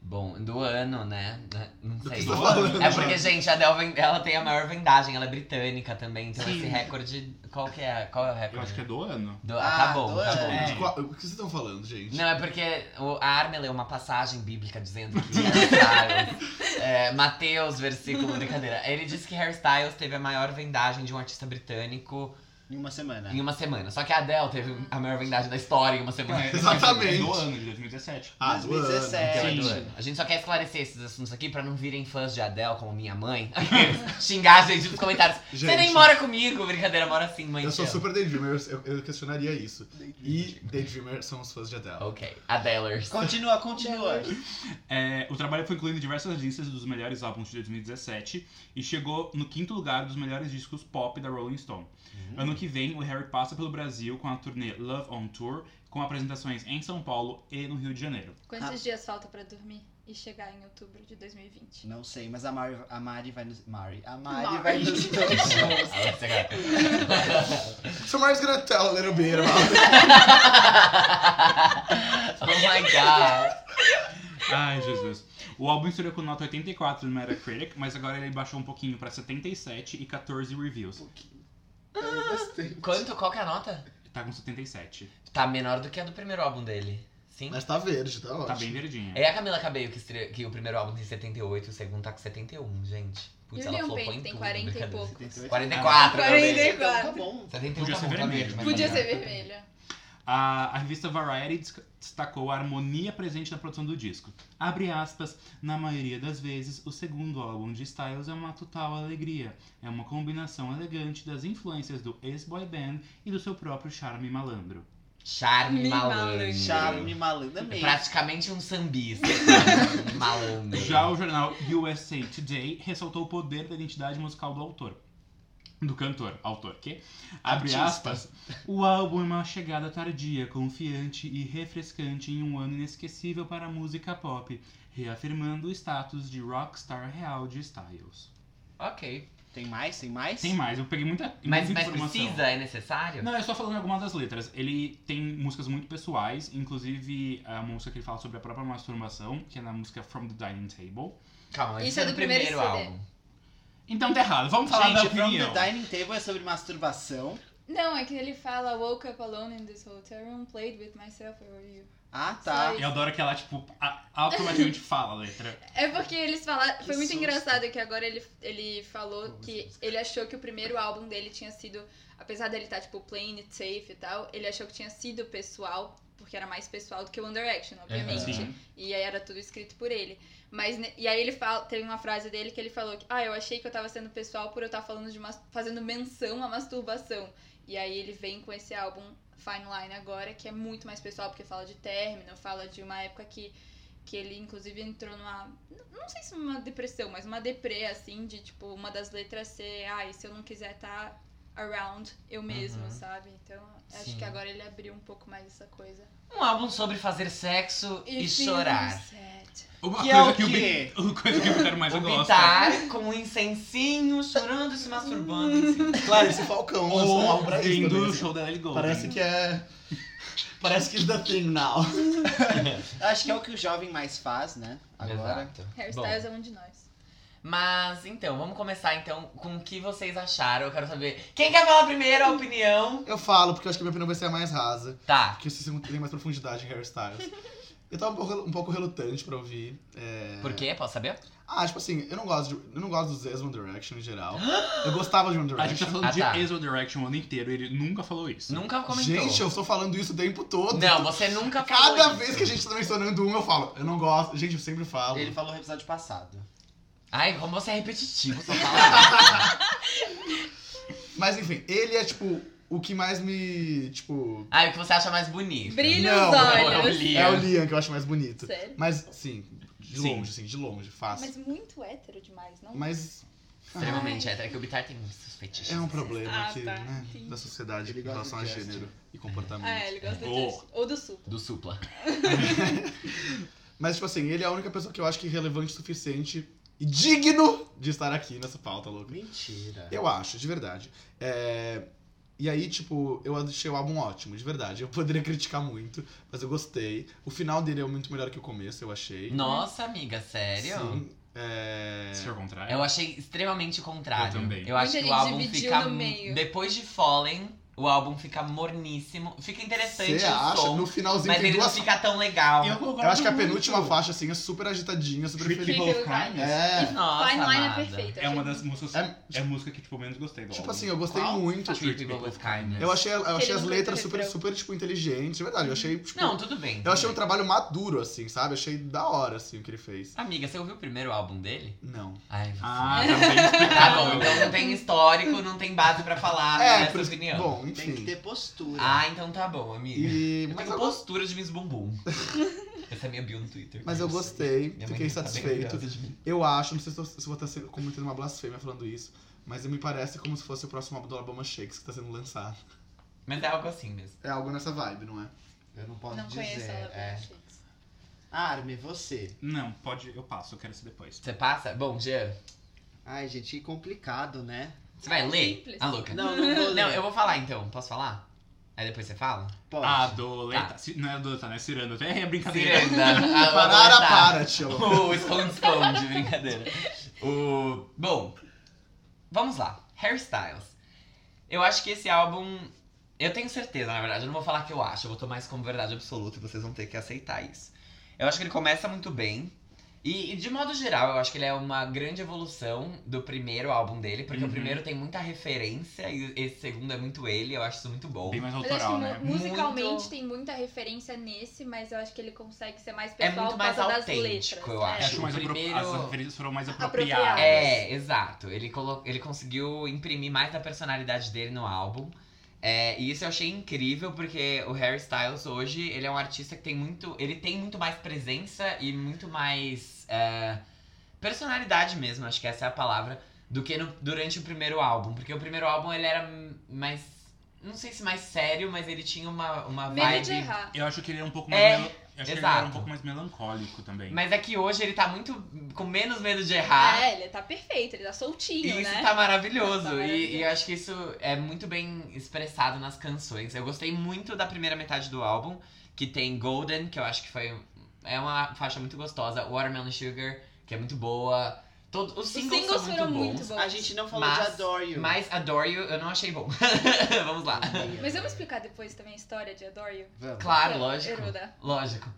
S3: Bom, do ano, né? Não sei.
S5: que você tá falando,
S4: né?
S3: É porque, gente, a Adele vem- ela tem a maior vendagem, ela é britânica também, então
S4: Sim.
S3: esse recorde. Qual que é? Qual é o
S4: Eu acho
S3: recorde?
S4: que é do ano.
S3: Do-
S2: Ah,
S3: ah, tá bom,
S2: do
S3: tá
S2: ano.
S3: bom.
S4: É.
S5: De qual- O que vocês estão falando, gente?
S3: Não, é porque o- a Armin leu uma passagem bíblica dizendo que [LAUGHS] hairstyles. é, Mateus, versículo, brincadeira. Ele disse que hairstyles teve a maior vendagem de um artista britânico
S2: Em uma
S5: É.
S2: semana.
S3: em uma semana. Só que a Adele teve a maior vendagem da história em uma [LAUGHS] semana.
S4: É,
S5: Exatamente.
S4: Do ano de 2017.
S5: Ah, do ano.
S2: 2017.
S3: Então é
S4: Sim.
S3: do ano. A gente só quer esclarecer esses assuntos aqui pra não virem fãs de Adele, como minha mãe. [LAUGHS] Xingar a gente nos comentários. Você nem
S5: Gente.
S3: mora comigo, brincadeira, mora sim, mãe.
S5: Eu
S3: te
S5: sou
S3: amo.
S5: super daydreamer, eu, eu questionaria isso. E daydreamer são os fãs de Adele.
S3: Ok, Adelers.
S2: Continua, continua.
S4: É, o trabalho foi incluído em diversas listas dos melhores álbuns de 2017 e chegou no quinto lugar dos melhores discos pop da Rolling Stone. Ano que vem, o Harry passa pelo Brasil com a turnê Love on Tour, com apresentações em São Paulo e no Rio de Janeiro.
S6: Quantos dias falta pra dormir e chegar em outubro de 2020?
S2: Não sei, mas a Mari, a Mari vai nos. Mari. A Mari,
S6: Mari.
S2: vai nos dois shows.
S5: [LAUGHS] So Mario's gonna tell a little bit about
S3: [LAUGHS] oh my god.
S4: Ai, Jesus. O álbum estreou com nota 84 no Metacritic, mas agora ele baixou um pouquinho pra 77 e 14 reviews.
S5: É bastante.
S3: Quanto? Qual que é a nota?
S4: Tá com 77.
S3: Tá menor do que a do primeiro álbum dele. Sim.
S5: Mas tá verde, tá ótimo.
S4: Tá bem verdinha.
S3: É a Camila Cabello que, estre... que o primeiro álbum tem 78 e o segundo tá com 71, gente. Putz,
S6: E o
S3: ela
S6: Liam
S3: flopou
S6: Payne
S3: em
S6: tem
S3: tudo. né,
S6: 40 e
S3: brincadeira.
S6: pouco.
S5: 78.
S3: 44, meu bem.
S2: Então,
S6: 44.
S2: tá bom.
S3: 71
S4: Podia
S3: tá bom,
S4: ser
S3: tá
S4: vermelho,
S3: verde, mas
S6: Podia
S3: tá
S6: ser
S3: melhor.
S6: vermelha.
S4: A, a revista Variety desc- destacou a harmonia presente na produção do disco. Abre aspas, na maioria das vezes, o segundo álbum de Styles é uma total alegria. É uma combinação elegante das influências do ex-boy band e do seu próprio charme malandro.
S3: Charme
S6: Me
S3: malandro.
S2: Charme malandro
S3: É
S2: mesmo.
S3: praticamente um
S6: [LAUGHS]
S3: sambista. Um malandro.
S4: Já o jornal USA Today ressaltou o poder da identidade musical do autor. Do cantor, autor, que? Abre
S2: Artista.
S4: aspas. O álbum é uma chegada tardia, confiante e refrescante em um ano inesquecível para a música pop, reafirmando o status de rockstar real de Styles.
S3: Ok.
S2: Tem mais? Tem mais?
S4: Tem mais, eu peguei muita,
S3: Mas,
S4: muita
S3: mas
S4: informação.
S3: precisa? É necessário?
S4: Não, é só falando algumas das letras. Ele tem músicas muito pessoais, inclusive a música que ele fala sobre a própria masturbação, que é na música From the Dining Table.
S3: Calma,
S6: Isso
S3: esse
S6: é
S3: era
S6: do
S3: o
S6: primeiro
S3: primeiro
S6: CD.
S3: álbum.
S4: Então tá errado, vamos falar da
S2: Gente, From
S4: opinião.
S2: the Dining Table é sobre masturbação.
S6: Não, é que ele fala Woke up alone in this hotel room, played with myself, or you.
S2: Ah, tá.
S6: Só
S4: Eu adoro que ela, tipo, a-
S3: [LAUGHS]
S4: automaticamente fala a letra.
S6: É porque eles falaram.
S2: Que
S6: Foi muito
S2: susto.
S6: engraçado que agora ele, ele falou
S2: Vamos
S6: que ele achou que o primeiro álbum dele tinha sido. Apesar dele estar, tipo, plain it safe e tal, ele achou que tinha sido pessoal, porque era mais pessoal do que o Under Action, obviamente.
S4: Sim.
S6: E aí era tudo escrito por ele. Mas, ne- e aí ele fala, teve uma frase dele que ele falou que, ah, eu achei que eu tava sendo pessoal por eu estar falando de mas- fazendo menção à masturbação. E aí ele vem com esse álbum Fine Line agora, que é muito mais pessoal, porque fala de término, fala de uma época que, que ele inclusive entrou numa. n- Não sei se uma depressão, mas uma deprê, assim, de tipo, uma das letras ser, ah, e se eu não quiser estar around eu mesmo,
S3: Uhum.
S6: sabe? Então, acho
S3: Sim.
S6: que agora ele abriu um pouco mais essa coisa.
S3: Um álbum sobre fazer sexo e,
S6: feeling
S3: chorar.
S6: sad.
S4: Uma
S2: Que é
S4: coisa
S2: o
S4: que o,
S2: quê?
S4: Bi- [LAUGHS] uma coisa que o Vitor mais
S3: O
S4: gosta.
S3: Bitar
S4: né?
S3: com um incensinho, chorando e se masturbando. Assim.
S5: Claro, esse Falcão lançou um álbum pra isso
S4: Ouvindo
S5: também.
S4: o show da Ellie Goulding.
S5: Parece que é... Parece que é the thing now.
S2: Eu Acho que é o que o jovem mais faz, né? Agora.
S3: Exato.
S6: Hairstyles é um de nós.
S3: Mas então, vamos começar então com o que vocês acharam. Eu quero saber quem quer falar primeiro a opinião.
S5: Eu falo, porque eu acho que a minha opinião vai ser a mais rasa.
S3: Tá,
S5: Porque esse segundo tem mais profundidade em hairstyles. Eu tava um pouco, um pouco relutante pra ouvir. é.
S3: por quê? Posso saber?
S5: Ah, tipo assim, eu não gosto, de, eu não gosto dos ex One Direction em geral. Eu gostava de One
S4: A gente tá
S5: Direction.
S4: falando
S3: Ah, tá.
S4: de Exo Direction o ano inteiro, ele nunca falou isso.
S3: Nunca comentou.
S5: Gente, eu estou falando isso o tempo todo.
S3: Não, você nunca falou.
S5: Cada
S3: isso.
S5: vez que a gente tá mencionando um, eu falo, eu não gosto. Gente, eu sempre falo.
S2: Ele falou no episódio passado.
S3: Ai, como você é repetitivo, só
S5: [LAUGHS]
S3: fala.
S5: Mas enfim, ele é tipo o que mais me. Tipo.
S3: Ai, o que você acha mais bonito?
S6: Brilha
S5: Não,
S6: os
S5: não,
S3: é o
S6: olhos.
S3: Liam.
S5: É o Liam que eu acho mais bonito.
S6: Sério?
S5: Mas, sim, de
S4: Sim.
S5: longe, assim, de longe, fácil.
S6: Mas é muito hétero demais, não?
S5: Mas.
S3: Extremamente hétero. É que o Bitar tem muitos fetiches.
S5: É um problema
S6: Ah,
S5: aqui,
S6: tá,
S5: né?
S6: entendi.
S5: Da sociedade
S2: Ele
S5: em
S2: gosta
S5: relação
S2: de
S5: a
S2: Justin.
S5: gênero e comportamento.
S6: Ah, ele gosta
S3: É.
S6: do
S4: Oh.
S6: Justin. Ou do Supla.
S3: Do supla.
S5: Mas, tipo assim, ele é a única pessoa que eu acho que é relevante o suficiente e digno de estar aqui nessa pauta, louca.
S2: Mentira.
S5: Eu acho, de verdade. É, E aí, tipo, eu achei o álbum ótimo, de verdade. Eu [LAUGHS] poderia criticar muito, mas eu gostei. O final dele é muito melhor que o começo, eu achei.
S3: Nossa, amiga, sério?
S5: Sim. É...
S4: Se for o contrário.
S3: Eu achei extremamente o contrário.
S4: Eu
S3: acho
S4: também.
S6: Muita
S3: que o
S6: gente
S3: álbum
S6: dividiu
S3: fica.
S6: no meio.
S3: Depois de Fallen, o álbum fica morníssimo. Fica interessante
S5: Você
S3: o
S5: acha?
S3: som.
S5: No
S3: um-
S5: finalzinho
S3: Mas
S5: tem
S3: ele
S5: duas...
S3: não fica tão legal.
S4: Eu concordo
S5: Eu acho que a
S4: muito.
S5: penúltima faixa, assim, é super agitadinha, super
S4: Tricky
S5: feliz.
S4: People of Kindness
S5: É.
S6: E
S3: Nossa,
S6: Fine Line é
S3: amada.
S6: perfeito.
S4: É uma das músicas.
S5: É,
S4: É, a música que, tipo, menos gostei do
S5: Tipo
S4: álbum.
S5: assim, eu gostei muito.
S3: Treat People with Kindness.
S5: Eu achei, eu achei
S6: não
S5: as
S6: canta
S5: letras super,
S6: refrão.
S5: super, tipo, inteligentes, de verdade. Eu achei, tipo,
S3: Não, tudo bem. tudo
S5: Eu achei um
S3: bem.
S5: trabalho maduro, assim, sabe? Achei da hora, assim, o que ele fez.
S3: Amiga, você ouviu o primeiro álbum dele?
S5: Não.
S3: Ai, você. [LAUGHS]
S4: Ah, tá bem explicado.
S3: Tá bom, então não tem histórico, não tem base pra falar nessa
S5: É, por-
S3: é opinião.
S5: Bom,
S2: Tem que
S5: enfim.
S2: ter postura.
S3: Ah, então tá bom, amiga.
S5: E-
S3: Eu
S5: mas,
S3: tenho
S5: eu, go-
S3: postura de Miss Bumbum. [LAUGHS] Essa é minha bio no Twitter.
S5: mas eu gostei,
S3: Minha mãe
S5: fiquei
S3: tá bem
S5: satisfeito.
S3: orgulhosa de mim.
S5: Eu acho, não sei se eu, se eu vou estar sendo- cometendo uma blasfêmia falando isso, mas me parece como se fosse o próximo álbum do Alabama Shakes que tá sendo lançado.
S3: Mas é algo assim mesmo.
S5: É algo nessa vibe, não é?
S2: Eu não posso
S6: Não conheço
S2: dizer.
S6: ela
S2: é.
S6: é.
S2: Arme, é você.
S4: Não, pode, eu passo, eu quero isso depois.
S3: Você passa? Bom, Jean,
S2: Ai, gente, que complicado, né?
S3: você vai ler?
S6: É
S3: Ah,
S6: Simples.
S3: A louca.
S2: Não, não vou ler.
S3: Não, eu vou falar então. Posso falar? Aí depois você fala?
S2: Pode.
S4: Adoleta.
S3: Tá.
S4: Ci- Não é adoleta, né? Ciranda. É brincadeira.
S3: Ciranda. Ah,
S5: Parara,
S3: tá.
S5: para, tio.
S3: [LAUGHS] O esconde-esconde, brincadeira. O... Bom, vamos lá. Hairstyles. Eu acho que esse álbum. Eu tenho certeza, na verdade. Eu não vou falar que eu acho, eu vou tomar isso como verdade absoluta e vocês vão ter que aceitar isso. Eu acho que ele começa muito bem. E, e de modo geral, eu acho que ele é uma grande evolução do primeiro álbum dele, porque
S4: Uhum.
S3: o primeiro tem muita referência e esse segundo é muito ele, eu acho isso muito bom.
S4: Bem mais
S6: Mas acho que
S4: autoral,
S6: mu-
S4: né?
S6: musicalmente
S3: Muito.
S6: tem muita referência nesse, mas eu acho que ele consegue ser mais
S3: É
S6: pessoal
S3: muito
S6: por
S3: mais
S6: causa das
S3: autêntico,
S6: letras.
S3: eu
S6: É.
S4: Acho
S3: o
S4: mais apro-
S3: primeiro-
S4: As referências foram mais
S6: Apropriadas.
S4: apropriadas.
S3: É, exato. Ele, colo... ele conseguiu imprimir mais da personalidade dele no álbum. É, e isso eu achei incrível, porque o Harry Styles hoje, ele é um artista que tem muito. Ele tem muito mais presença e muito mais. é, personalidade mesmo, acho que essa é a palavra. Do que no- durante o primeiro álbum. Porque o primeiro álbum ele era mais. Não sei se mais sério, mas ele tinha uma, uma
S6: Medo de
S3: vibe
S6: errar.
S4: Eu acho que ele é um pouco mais.
S3: É,
S4: melo- Eu acho que ele
S3: exato.
S4: era um pouco mais melancólico também.
S3: Mas é que hoje ele tá muito. com menos medo de errar.
S6: É, ele tá perfeito, ele tá soltinho,
S3: E isso
S6: né?
S3: tá maravilhoso.
S6: Tá
S3: E-
S6: maravilhoso.
S3: E, eu acho que isso é muito bem expressado nas canções. Eu gostei muito da primeira metade do álbum, que tem Golden, que eu acho que foi. É uma faixa muito gostosa. Watermelon Sugar, que é muito boa. Todos os singles,
S6: singles
S3: são
S6: foram
S3: muito
S6: muito
S3: bons.
S6: bons.
S2: A gente não falou
S3: Mas-
S2: de Adore You.
S3: Mas Adore You eu não achei bom. [LAUGHS] Vamos lá.
S6: Mas vamos explicar depois também a história de Adore You? Então,
S2: Vamos.
S3: Claro,
S6: Eu-
S3: lógico.
S6: eu vou dar.
S3: Lógico.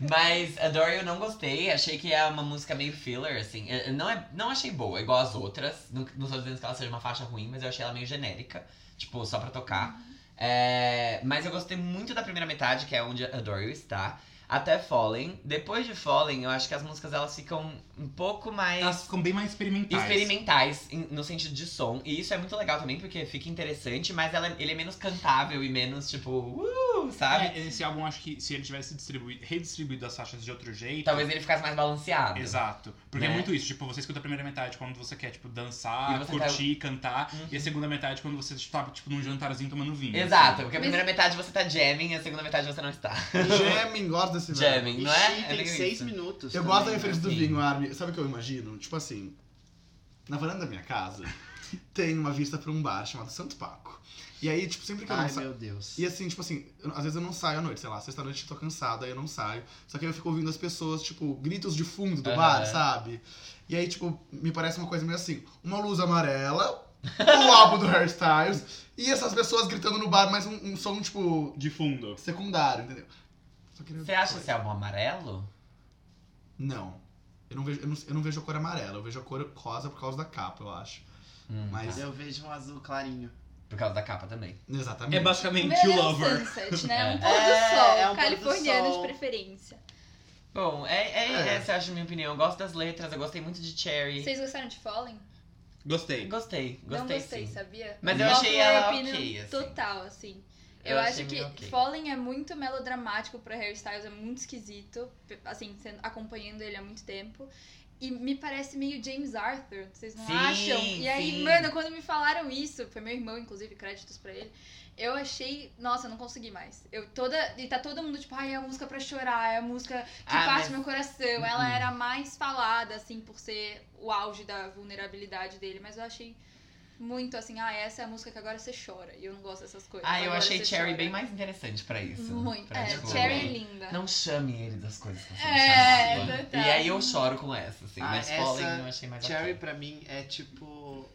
S3: Mas Adore You não gostei, achei que é uma música meio filler, assim. Eh, eh, Não, é, não achei boa, igual as outras. Não, não tô dizendo que ela seja uma faixa ruim, mas eu achei ela meio genérica. Tipo, só pra tocar. Eh, mas eu gostei muito da primeira metade, que é onde Adore You está. Até Fallen. Depois de Fallen, eu acho que as músicas elas ficam um pouco mais
S4: Elas ficam bem mais experimentais.
S3: experimentais em- no sentido de som. E isso é muito legal também, porque fica interessante, mas ela, é- ele é menos cantável e menos, tipo, uh, sabe?
S4: É, esse álbum, acho que se ele tivesse distribuído, redistribuído as faixas de outro jeito.
S3: Talvez ele ficasse mais balanceado.
S4: Exato. Porque é
S3: Né?
S4: muito isso. Tipo, você escuta a primeira metade quando você quer, tipo,
S3: E
S4: dançar,
S3: você
S4: curtir, cantar.
S3: Uhum.
S4: E a segunda metade quando você tá, tipo, num jantarzinho tomando vinho.
S3: Exato,
S4: assim.
S3: porque a
S6: Mas-
S3: primeira metade você tá jamming, a segunda metade você não está.
S5: Gemem, gosto desse verbo.
S3: jamming, não é?
S2: Ixi,
S3: É
S2: tem
S3: meio
S2: seis
S3: isso.
S2: minutos.
S5: Eu
S2: também,
S5: gosto da
S2: né?
S5: referência do
S3: assim.
S5: vinho, Armin. Sabe o que eu imagino? Tipo assim, na varanda da
S3: [LAUGHS]
S5: minha casa tem uma vista pra um bar chamado Santo Paco. E aí, tipo, sempre que eu não
S2: Ai,
S5: sa-
S2: meu Deus.
S5: E assim, tipo assim, eu- às vezes eu não saio à noite, sei lá, sexta-noite eu tô cansada, aí eu não saio. Só que aí eu fico ouvindo as pessoas, tipo, gritos de fundo do
S3: Aham.
S5: bar, sabe? E aí, tipo, me parece uma coisa meio assim, uma luz amarela, [LAUGHS] o álbum do Hairstyles, e essas pessoas gritando no bar, mas um, um som, tipo,
S4: De fundo.
S5: secundário, entendeu? Só queria-
S3: Você acha esse álbum amarelo?
S5: Não. Eu não, vejo, eu, não, eu não vejo a cor amarela, eu vejo a cor rosa por causa da capa, eu acho.
S3: Hum,
S5: Mas-
S3: tá.
S2: Eu vejo um azul clarinho.
S3: Por causa da capa também.
S5: Exatamente.
S4: É basicamente
S6: Meu,
S4: o
S6: é um
S4: Lover.
S6: sunset,
S2: [LAUGHS]
S3: É.
S6: né? Um pôr do
S2: É,
S6: sol,
S2: é um pôr do
S6: californiano
S2: sol.
S6: de preferência.
S3: Bom, é, é,
S5: É.
S3: essa eu acho a minha opinião. Eu gosto das letras, eu gostei muito de Cherry.
S6: Vocês gostaram de Fallen?
S4: Gostei.
S3: Gostei, gostei
S6: não gostei,
S3: sim.
S6: sabia?
S3: Mas eu
S6: Não
S3: achei
S6: foi
S3: ela
S6: opinião
S3: ok, assim.
S6: Total, assim. Eu,
S3: Eu achei
S6: acho que
S3: meio ok.
S6: Fallen é muito melodramático pra hairstyles, é muito esquisito, pe- assim, sendo, acompanhando ele há muito tempo. E me parece meio James Arthur, vocês não
S3: Sim,
S6: acham? E aí,
S3: sim.
S6: mano, quando me falaram isso, foi meu irmão, inclusive, créditos pra ele. Eu achei, nossa, eu não consegui mais. Eu toda, e tá todo mundo tipo, ai, é a música pra chorar, é a música que
S3: Ah,
S6: parte
S3: mas-
S6: meu coração.
S3: Uhum.
S6: Ela era a mais falada, assim, por ser o auge da vulnerabilidade dele, mas eu achei muito assim, ah, essa é a música que agora você chora. E eu não gosto dessas coisas.
S3: Ah, eu
S6: Agora
S3: achei
S6: você
S3: Cherry
S6: chora.
S3: bem mais interessante pra isso.
S6: Muito.
S3: Pra,
S6: É,
S3: tipo,
S6: Cherry é linda.
S3: Não chame ele das coisas que você
S6: É,
S3: chamava.
S6: total.
S3: E aí eu choro com essa, assim.
S2: Ah,
S3: mas
S2: essa-
S3: Fallen eu achei mais
S2: Cherry
S3: ok.
S2: pra mim é tipo.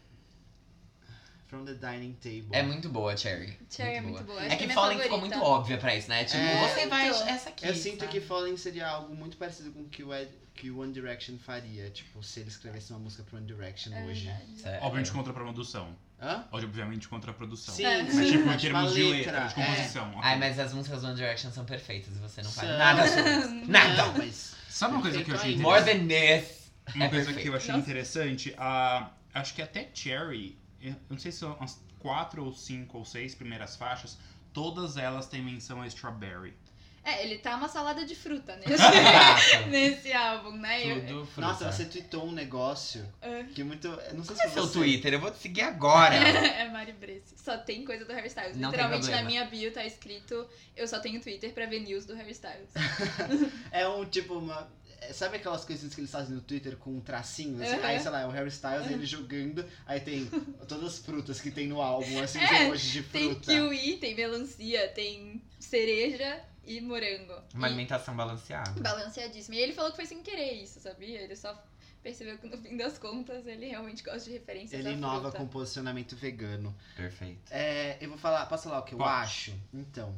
S2: From the Dining Table.
S3: É muito boa a Cherry.
S6: Cherry é muito boa. Acho
S3: É
S6: que é
S3: que
S6: minha
S3: Fallen ficou
S6: favorita. então.
S3: muito óbvia pra isso, né? Tipo,
S2: É.
S3: você vai
S6: Muito.
S3: essa aqui.
S2: Eu sinto
S3: sabe?
S2: que Fallen seria algo muito parecido com o que o, Ed- que o One Direction faria, tipo, se ele escrevesse uma música pro One Direction
S6: É
S2: hoje.
S6: verdade.
S3: Sério.
S4: Obviamente contra a produção.
S2: Hã?
S4: Obviamente contra a produção.
S2: Sim,
S6: É.
S4: Mas, tipo, em
S2: Tipo, a
S4: termos de
S2: letra,
S4: letra, de
S2: é.
S4: composição. ok.
S3: Ai, mas as músicas do One Direction são perfeitas e você não faz
S2: São. [LAUGHS]
S3: nada sobre. Nada!
S2: Não, mas.
S4: Sabe uma coisa que eu achei
S2: Perfeito.
S3: More
S4: interessante?
S3: than this!
S4: Uma
S3: É
S4: coisa
S3: perfeito.
S4: que eu achei
S6: Nossa.
S4: interessante, a, acho que até Cherry, eu não sei se são as quatro ou cinco ou seis primeiras faixas, todas elas têm menção a Strawberry.
S6: É, ele tá uma salada de fruta nesse,
S3: [LAUGHS] Exato.
S6: nesse álbum, né? Eu-
S3: Tudo fruta.
S2: Nossa, você tweetou um negócio
S6: É.
S2: que muito. eu Não sei se
S3: Qual é
S2: foi
S3: seu
S2: você.
S3: Twitter? Eu vou te seguir
S6: [LAUGHS]
S3: agora.
S6: [LAUGHS] É Mari Bresse. Só tem coisa do Harry Styles.
S3: Não tem
S6: Literalmente na
S3: problema.
S6: minha
S3: [LAUGHS]
S6: bio tá escrito: Eu só tenho Twitter pra ver news do Harry Styles.
S2: É um tipo uma. é, Sabe aquelas coisinhas que eles fazem no Twitter com tracinhos?
S6: Aham.
S2: Aí, sei lá, é o Harry Styles, ele jogando, aí tem todas as frutas que tem no álbum, assim,
S6: [LAUGHS] É,
S2: é, hoje de
S6: Tem
S2: fruta.
S6: kiwi, tem melancia, tem cereja e morango.
S3: Uma
S6: E
S3: alimentação balanceada.
S6: balanceadíssimo. E ele falou que foi sem querer isso, sabia? Ele só percebeu que no fim das contas ele realmente gosta de referências
S2: Ele
S6: à
S2: inova
S6: fruta.
S2: com posicionamento vegano.
S3: Perfeito.
S2: É, eu vou falar, posso falar o que eu
S4: Pode.
S2: acho? Então,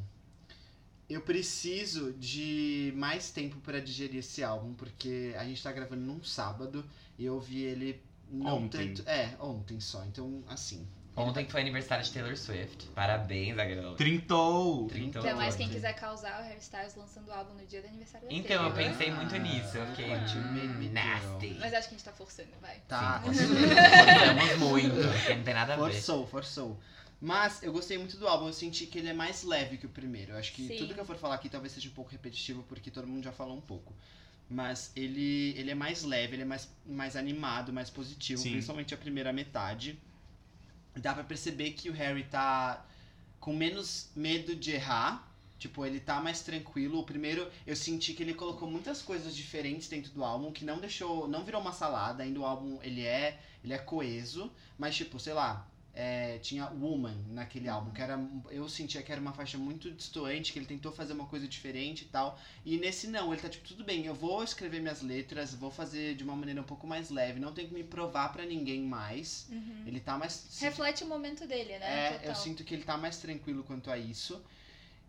S2: eu preciso de mais tempo pra digerir esse álbum, porque a gente tá gravando num sábado e eu ouvi ele não
S4: Ontem.
S2: tanto. É, ontem só. Então, assim.
S3: Ontem foi aniversário de Taylor Swift. Parabéns, a garota.
S4: Trintou!
S3: Trinta um
S6: Ainda mais Então, quem
S3: ontem.
S6: quiser causar o Harry Styles lançando o álbum no dia do aniversário da
S3: Então, eu
S6: Taylor.
S3: pensei muito nisso. Eu fiquei,
S2: Ah.
S3: hum, nasty.
S6: Mas acho que a gente tá forçando, vai.
S2: Tá.
S6: [LAUGHS]
S3: Sim, Forçamos muito, porque não tem nada a ver.
S2: Forçou, forçou. Mas eu gostei muito do álbum, eu senti que ele é mais leve que o primeiro. Eu acho que
S6: Sim.
S2: tudo que eu for falar aqui talvez seja um pouco repetitivo, porque todo mundo já falou um pouco. Mas ele, ele é mais leve, ele é mais, mais animado, mais positivo,
S4: Sim.
S2: principalmente a primeira metade. Dá pra perceber que o Harry tá com menos medo de errar. Tipo, ele tá mais tranquilo. O primeiro, eu senti que ele colocou muitas coisas diferentes dentro do álbum, que não deixou, não virou uma salada. Ainda o álbum, ele é, ele é coeso, mas tipo, sei lá, é, tinha Woman naquele álbum, que era, eu sentia que era uma faixa muito distoante, que ele tentou fazer uma coisa diferente e tal. E nesse não, ele tá tipo, tudo bem, eu vou escrever minhas letras, vou fazer de uma maneira um pouco mais leve, não tenho que me provar pra ninguém mais.
S6: Uhum.
S2: Ele tá mais
S6: Reflete o momento dele, né?
S2: é, eu
S6: Total.
S2: sinto que ele tá mais tranquilo quanto a isso.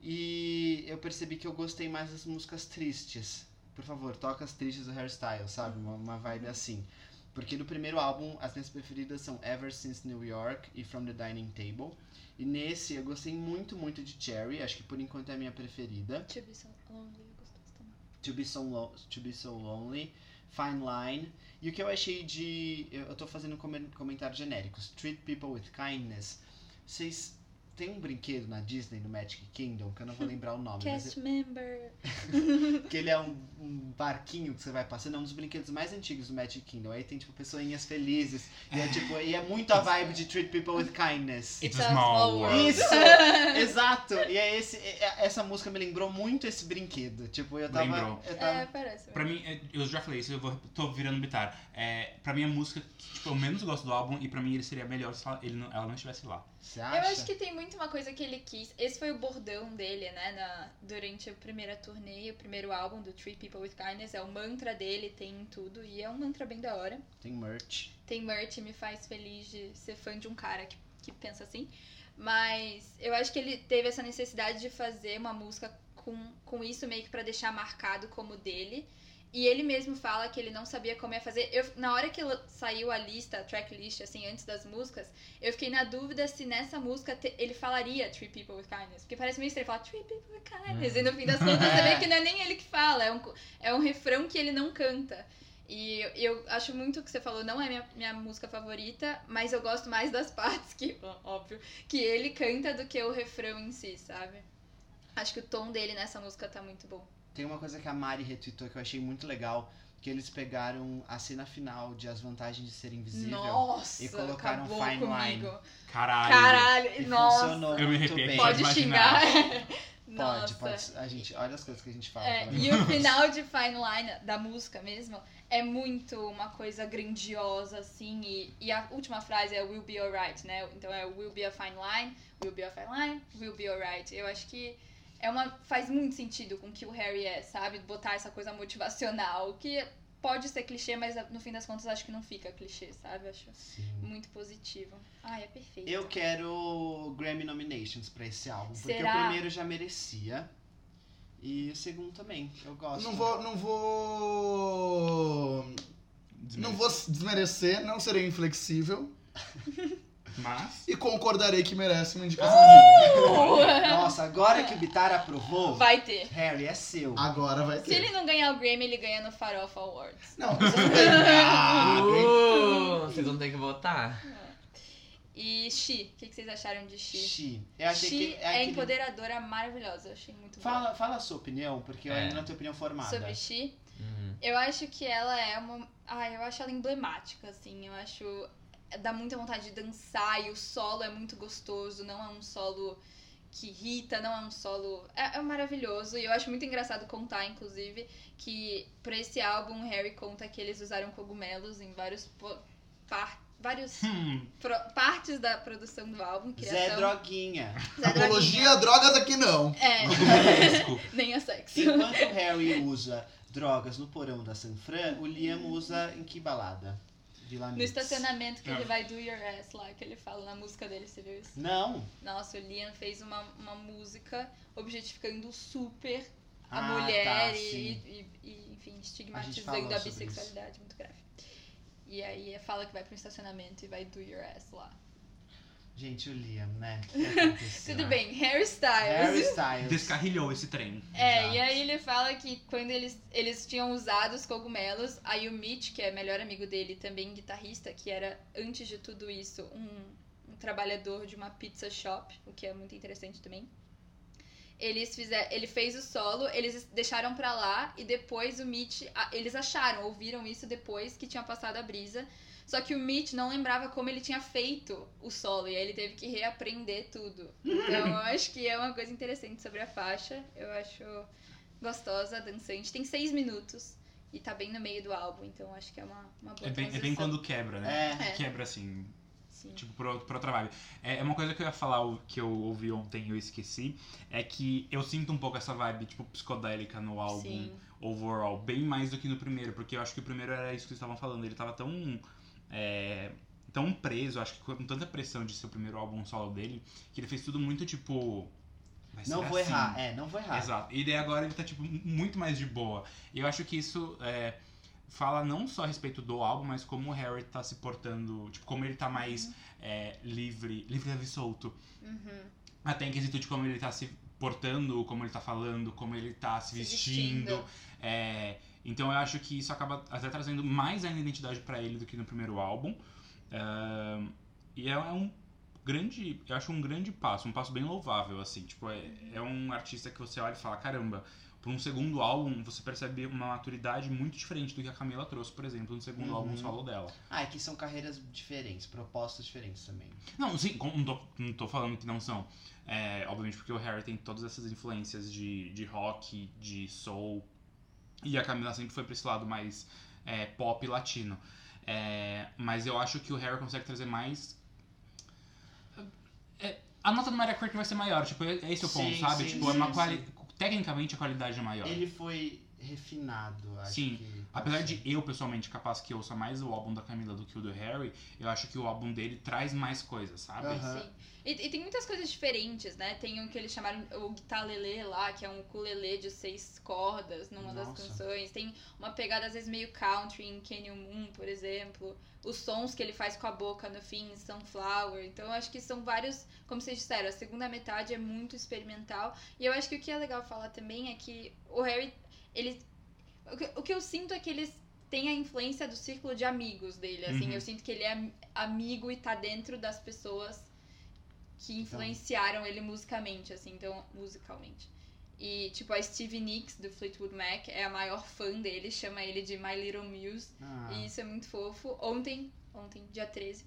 S2: E eu percebi que eu gostei mais das músicas tristes. Por favor, toca as tristes do hairstyle, sabe? Uma, uma vibe
S6: Uhum.
S2: assim. Porque no primeiro álbum, as minhas preferidas são Ever Since New York e From the Dining Table. E nesse, eu gostei muito, muito de Cherry. Acho que por enquanto é a minha preferida.
S6: To be so lonely, eu gostoso também.
S2: To Be So, Lo- to be so Lonely, Fine Line. E o que eu achei de. Eu, eu tô fazendo comen- comentários genéricos. Treat People with Kindness. Vocês. Tem um brinquedo na Disney, no Magic Kingdom, que eu não
S6: [LAUGHS]
S2: vou lembrar o nome, mas
S6: Cast member.
S2: é- que ele é um, um barquinho que você vai passando, é um dos brinquedos mais antigos do Magic Kingdom. Aí tem, tipo, pessoinhas felizes. E é, tipo, e é muito a vibe de Treat People with Kindness.
S4: It's a small world.
S2: Isso!
S6: [LAUGHS]
S2: Exato! E é esse, é- é- essa música me lembrou muito esse brinquedo. Tipo, eu tava.
S4: Lembrou.
S2: Eu tava
S6: É, parece.
S4: Pra mim, é, eu já falei isso, eu vou, tô virando bitar. É, pra mim, a música que tipo, eu menos gosto do álbum, e pra mim ele seria melhor se ela, ele não- ela não estivesse lá.
S2: Você
S6: Eu
S2: acha?
S6: acho que tem muito uma coisa que ele quis. Esse foi o bordão dele, né? na- durante a primeira turnê, o primeiro álbum do Three People with Kindness. É o mantra dele, tem em tudo. E é um mantra bem da hora.
S2: Tem merch.
S6: Tem merch, me faz feliz de ser fã de um cara que, que pensa assim. Mas eu acho que ele teve essa necessidade de fazer uma música com, com isso meio que pra deixar marcado como dele. E ele mesmo fala que ele não sabia como ia fazer. Eu, na hora que la- saiu a lista, a tracklist, assim, antes das músicas, eu fiquei na dúvida se nessa música te- ele falaria Three People with Kindness. Porque parece meio estranho falar Three People with Kindness. E no fim das contas você vê que não é nem ele que fala, é um, co- é um refrão que ele não canta. E eu, eu acho muito o que você falou, não é minha, minha música favorita, mas eu gosto mais das [LAUGHS] partes que, ó- óbvio, que ele canta do que o refrão em si, sabe? Acho que o tom dele nessa música tá muito bom.
S2: Tem uma coisa que a Mari retweetou que eu achei muito legal, que eles pegaram a cena final de As Vantagens de Ser Invisível.
S6: Nossa,
S2: E colocaram
S6: acabou
S2: Fine
S6: comigo.
S4: Caralho.
S2: E
S6: Caralho, nossa.
S2: funcionou
S4: Eu me
S2: muito
S4: arrepiei
S2: bem.
S4: aqui.
S6: Pode
S4: Pode
S6: xingar.
S4: imaginar.
S6: [LAUGHS]
S2: Pode,
S6: nossa.
S2: pode. A gente, olha as coisas que a gente fala. tá
S6: É,
S2: pela
S6: e
S2: frente.
S6: o final de Fine Line, da música mesmo, é muito uma coisa grandiosa, assim. E, e a última frase é Will be alright, né? Então é Will be a fine line, Will be a fine line, Will be alright. Eu acho que é uma, faz muito sentido com o que o Harry é, sabe? Botar essa coisa motivacional, que pode ser clichê, mas no fim das contas acho que não fica clichê, sabe? Acho muito positivo. Ai, é perfeito.
S2: Eu quero Grammy nominations pra esse álbum, porque
S6: Será?
S2: o primeiro já merecia. E o segundo também, eu gosto.
S5: Não vou, não vou. Não vou desmerecer, não serei inflexível
S4: Mas.
S5: e concordarei que merece uma indicação.
S4: Ah!
S5: de
S2: Nossa, agora que o Bitar aprovou,
S6: [LAUGHS] Vai ter.
S2: Harry, é seu.
S5: Agora vai
S6: Se ele
S5: ter.
S6: não ganhar o Grammy, ele ganha no Farofa Awards.
S5: Não, vocês não têm nada,
S4: [LAUGHS]
S5: hein?
S3: Uh, vocês vão ter que votar.
S6: E Xi, o que, que vocês acharam de Xi?
S2: Xi. Eu achei
S6: Xi
S2: que
S6: é,
S2: aquele-
S6: empoderadora, maravilhosa, eu achei muito
S2: Fala, fala a sua opinião, porque eu
S3: É.
S2: ainda não tenho opinião
S6: bom.
S2: formada.
S6: Sobre Xi,
S3: Uhum.
S6: eu acho que ela é uma. Ah, eu acho ela emblemática, assim. Eu acho. Dá muita vontade de dançar e o solo é muito gostoso, não é um solo que irrita, não é um solo. É, é maravilhoso. E eu acho muito engraçado contar, inclusive, que pra esse álbum o Harry conta que eles usaram cogumelos em vários. po- par- vários
S4: Hum,
S6: pro- partes da produção do álbum. Criação.
S2: Zé
S6: [LAUGHS]
S2: Droguinha.
S6: Zé Droguinha.
S5: Apologia a drogas aqui não.
S6: É, [LAUGHS]
S4: cogumelisco.
S6: nem
S2: [LAUGHS]
S6: a sexo.
S2: Enquanto o Harry usa drogas no porão da Sanfran, o Liam usa em que balada? Vila
S6: Uhum. No
S2: Mix.
S6: estacionamento que
S4: É.
S6: ele vai do Your Ass lá, que ele fala na música dele, você viu isso?
S2: Não.
S6: Nossa, o Liam fez uma, uma música objetificando super a
S2: Ah,
S6: mulher
S2: tá,
S6: e,
S2: sim.
S6: e- e, enfim,
S2: falou
S6: estigmatizando a
S2: sobre
S6: bissexualidade, muito grave. E aí fala que vai pro estacionamento e vai do your ass lá.
S2: Gente, o Liam, né? O que
S6: [LAUGHS]
S2: aconteceu?
S6: Tudo bem, hairstyles.
S2: Harry Styles.
S4: Descarrilhou esse trem.
S6: É,
S2: Exato.
S6: e aí ele fala que quando eles, eles tinham usado os cogumelos, aí o Mitch, que é melhor amigo dele, também guitarrista, que era, antes de tudo isso, um, um trabalhador de uma pizza shop, o que é muito interessante também. Eles fizeram, ele fez o solo, eles deixaram pra lá e depois o Mitch, a- eles acharam, ouviram isso depois que tinha passado a brisa. Só que o Mitch não lembrava como ele tinha feito o solo e aí ele teve que reaprender tudo. Então eu acho que é uma coisa interessante sobre a faixa. Eu acho gostosa, dançante. Tem seis minutos e tá bem no meio do álbum, então acho que é uma, uma boa
S4: É bem, é bem
S6: transição.
S4: quando quebra, né?
S2: É.
S6: É.
S4: Quebra assim,
S6: Sim.
S4: tipo, pro, pro trabalho. É, é uma coisa que eu ia falar, o- que eu ouvi ontem e eu esqueci, é que eu sinto um pouco essa vibe, tipo, psicodélica no álbum
S6: Sim.
S4: overall, bem mais do que no primeiro, porque eu acho que o primeiro era isso que eles estavam falando, ele tava tão. é, tão preso, acho que com tanta pressão de ser o primeiro álbum solo dele, que ele fez tudo muito tipo. vai
S2: Não
S4: ser
S2: vou
S4: assim.
S2: errar. É, não vou errar.
S4: Exato. E daí agora ele tá, tipo, muito mais de boa. E eu acho que isso é, fala não só a respeito do álbum, mas como o Harry tá se portando, tipo, como ele tá mais é, livre, livre e solto.
S6: Uhum.
S4: Até em quesito de como ele tá se portando, como ele tá falando, como ele tá se
S6: Se
S4: vestindo.
S6: vestindo.
S4: É, então eu acho que isso acaba até trazendo mais ainda identidade pra ele do que no primeiro álbum. Ahn, e é, é um grande, eu acho um grande passo, um passo bem louvável, assim. Tipo, é, é um artista que você olha e fala, caramba, pra um segundo álbum você percebe uma maturidade muito diferente do que a Camila trouxe, por exemplo, no segundo
S2: Uhum.
S4: álbum solo dela.
S2: Ah, é que são carreiras diferentes, propostas diferentes também.
S4: Não, sim, com- não tô, não tô falando que não são. É, obviamente porque o Harry tem todas essas influências de, de rock, de soul. E a Camila sempre foi pra esse lado mais é, pop latino. É, mas eu acho que o Harry consegue trazer mais. É, a nota do Mariah Carey vai ser maior, tipo, é é esse o ponto,
S2: Sim,
S4: sabe?
S2: sim,
S4: tipo, é uma
S2: sim,
S4: quali-
S2: sim.
S4: Tecnicamente a qualidade é maior.
S2: Ele foi refinado, acho
S4: Sim.
S2: que.
S4: Apesar de eu, pessoalmente, capaz que ouça mais o álbum da Camila do que o do Harry, eu acho que o álbum dele traz mais coisas, sabe?
S2: Aham.
S6: Sim. assim. E, e tem muitas coisas diferentes, né? Tem o que eles chamaram o guitarlelê lá, que é um ukulele de seis cordas numa das
S2: Nossa.
S6: canções. Tem uma pegada às vezes meio country em Canyon Moon, por exemplo. Os sons que ele faz com a boca no fim, em Sunflower. Então eu acho que são vários, como vocês disseram, a segunda metade é muito experimental. E eu acho que o que é legal falar também é que o Harry, ele o que, o que eu sinto é que eles têm a influência do círculo de amigos dele, assim,
S4: Uhum.
S6: eu sinto que ele é am- amigo e tá dentro das pessoas que influenciaram ele musicamente, assim, então, musicalmente. E, tipo, a Stevie Nicks, do Fleetwood Mac, é a maior fã dele, chama ele de My Little Muse.
S2: Ah,
S6: E isso é muito fofo. Ontem, ontem, dia 13,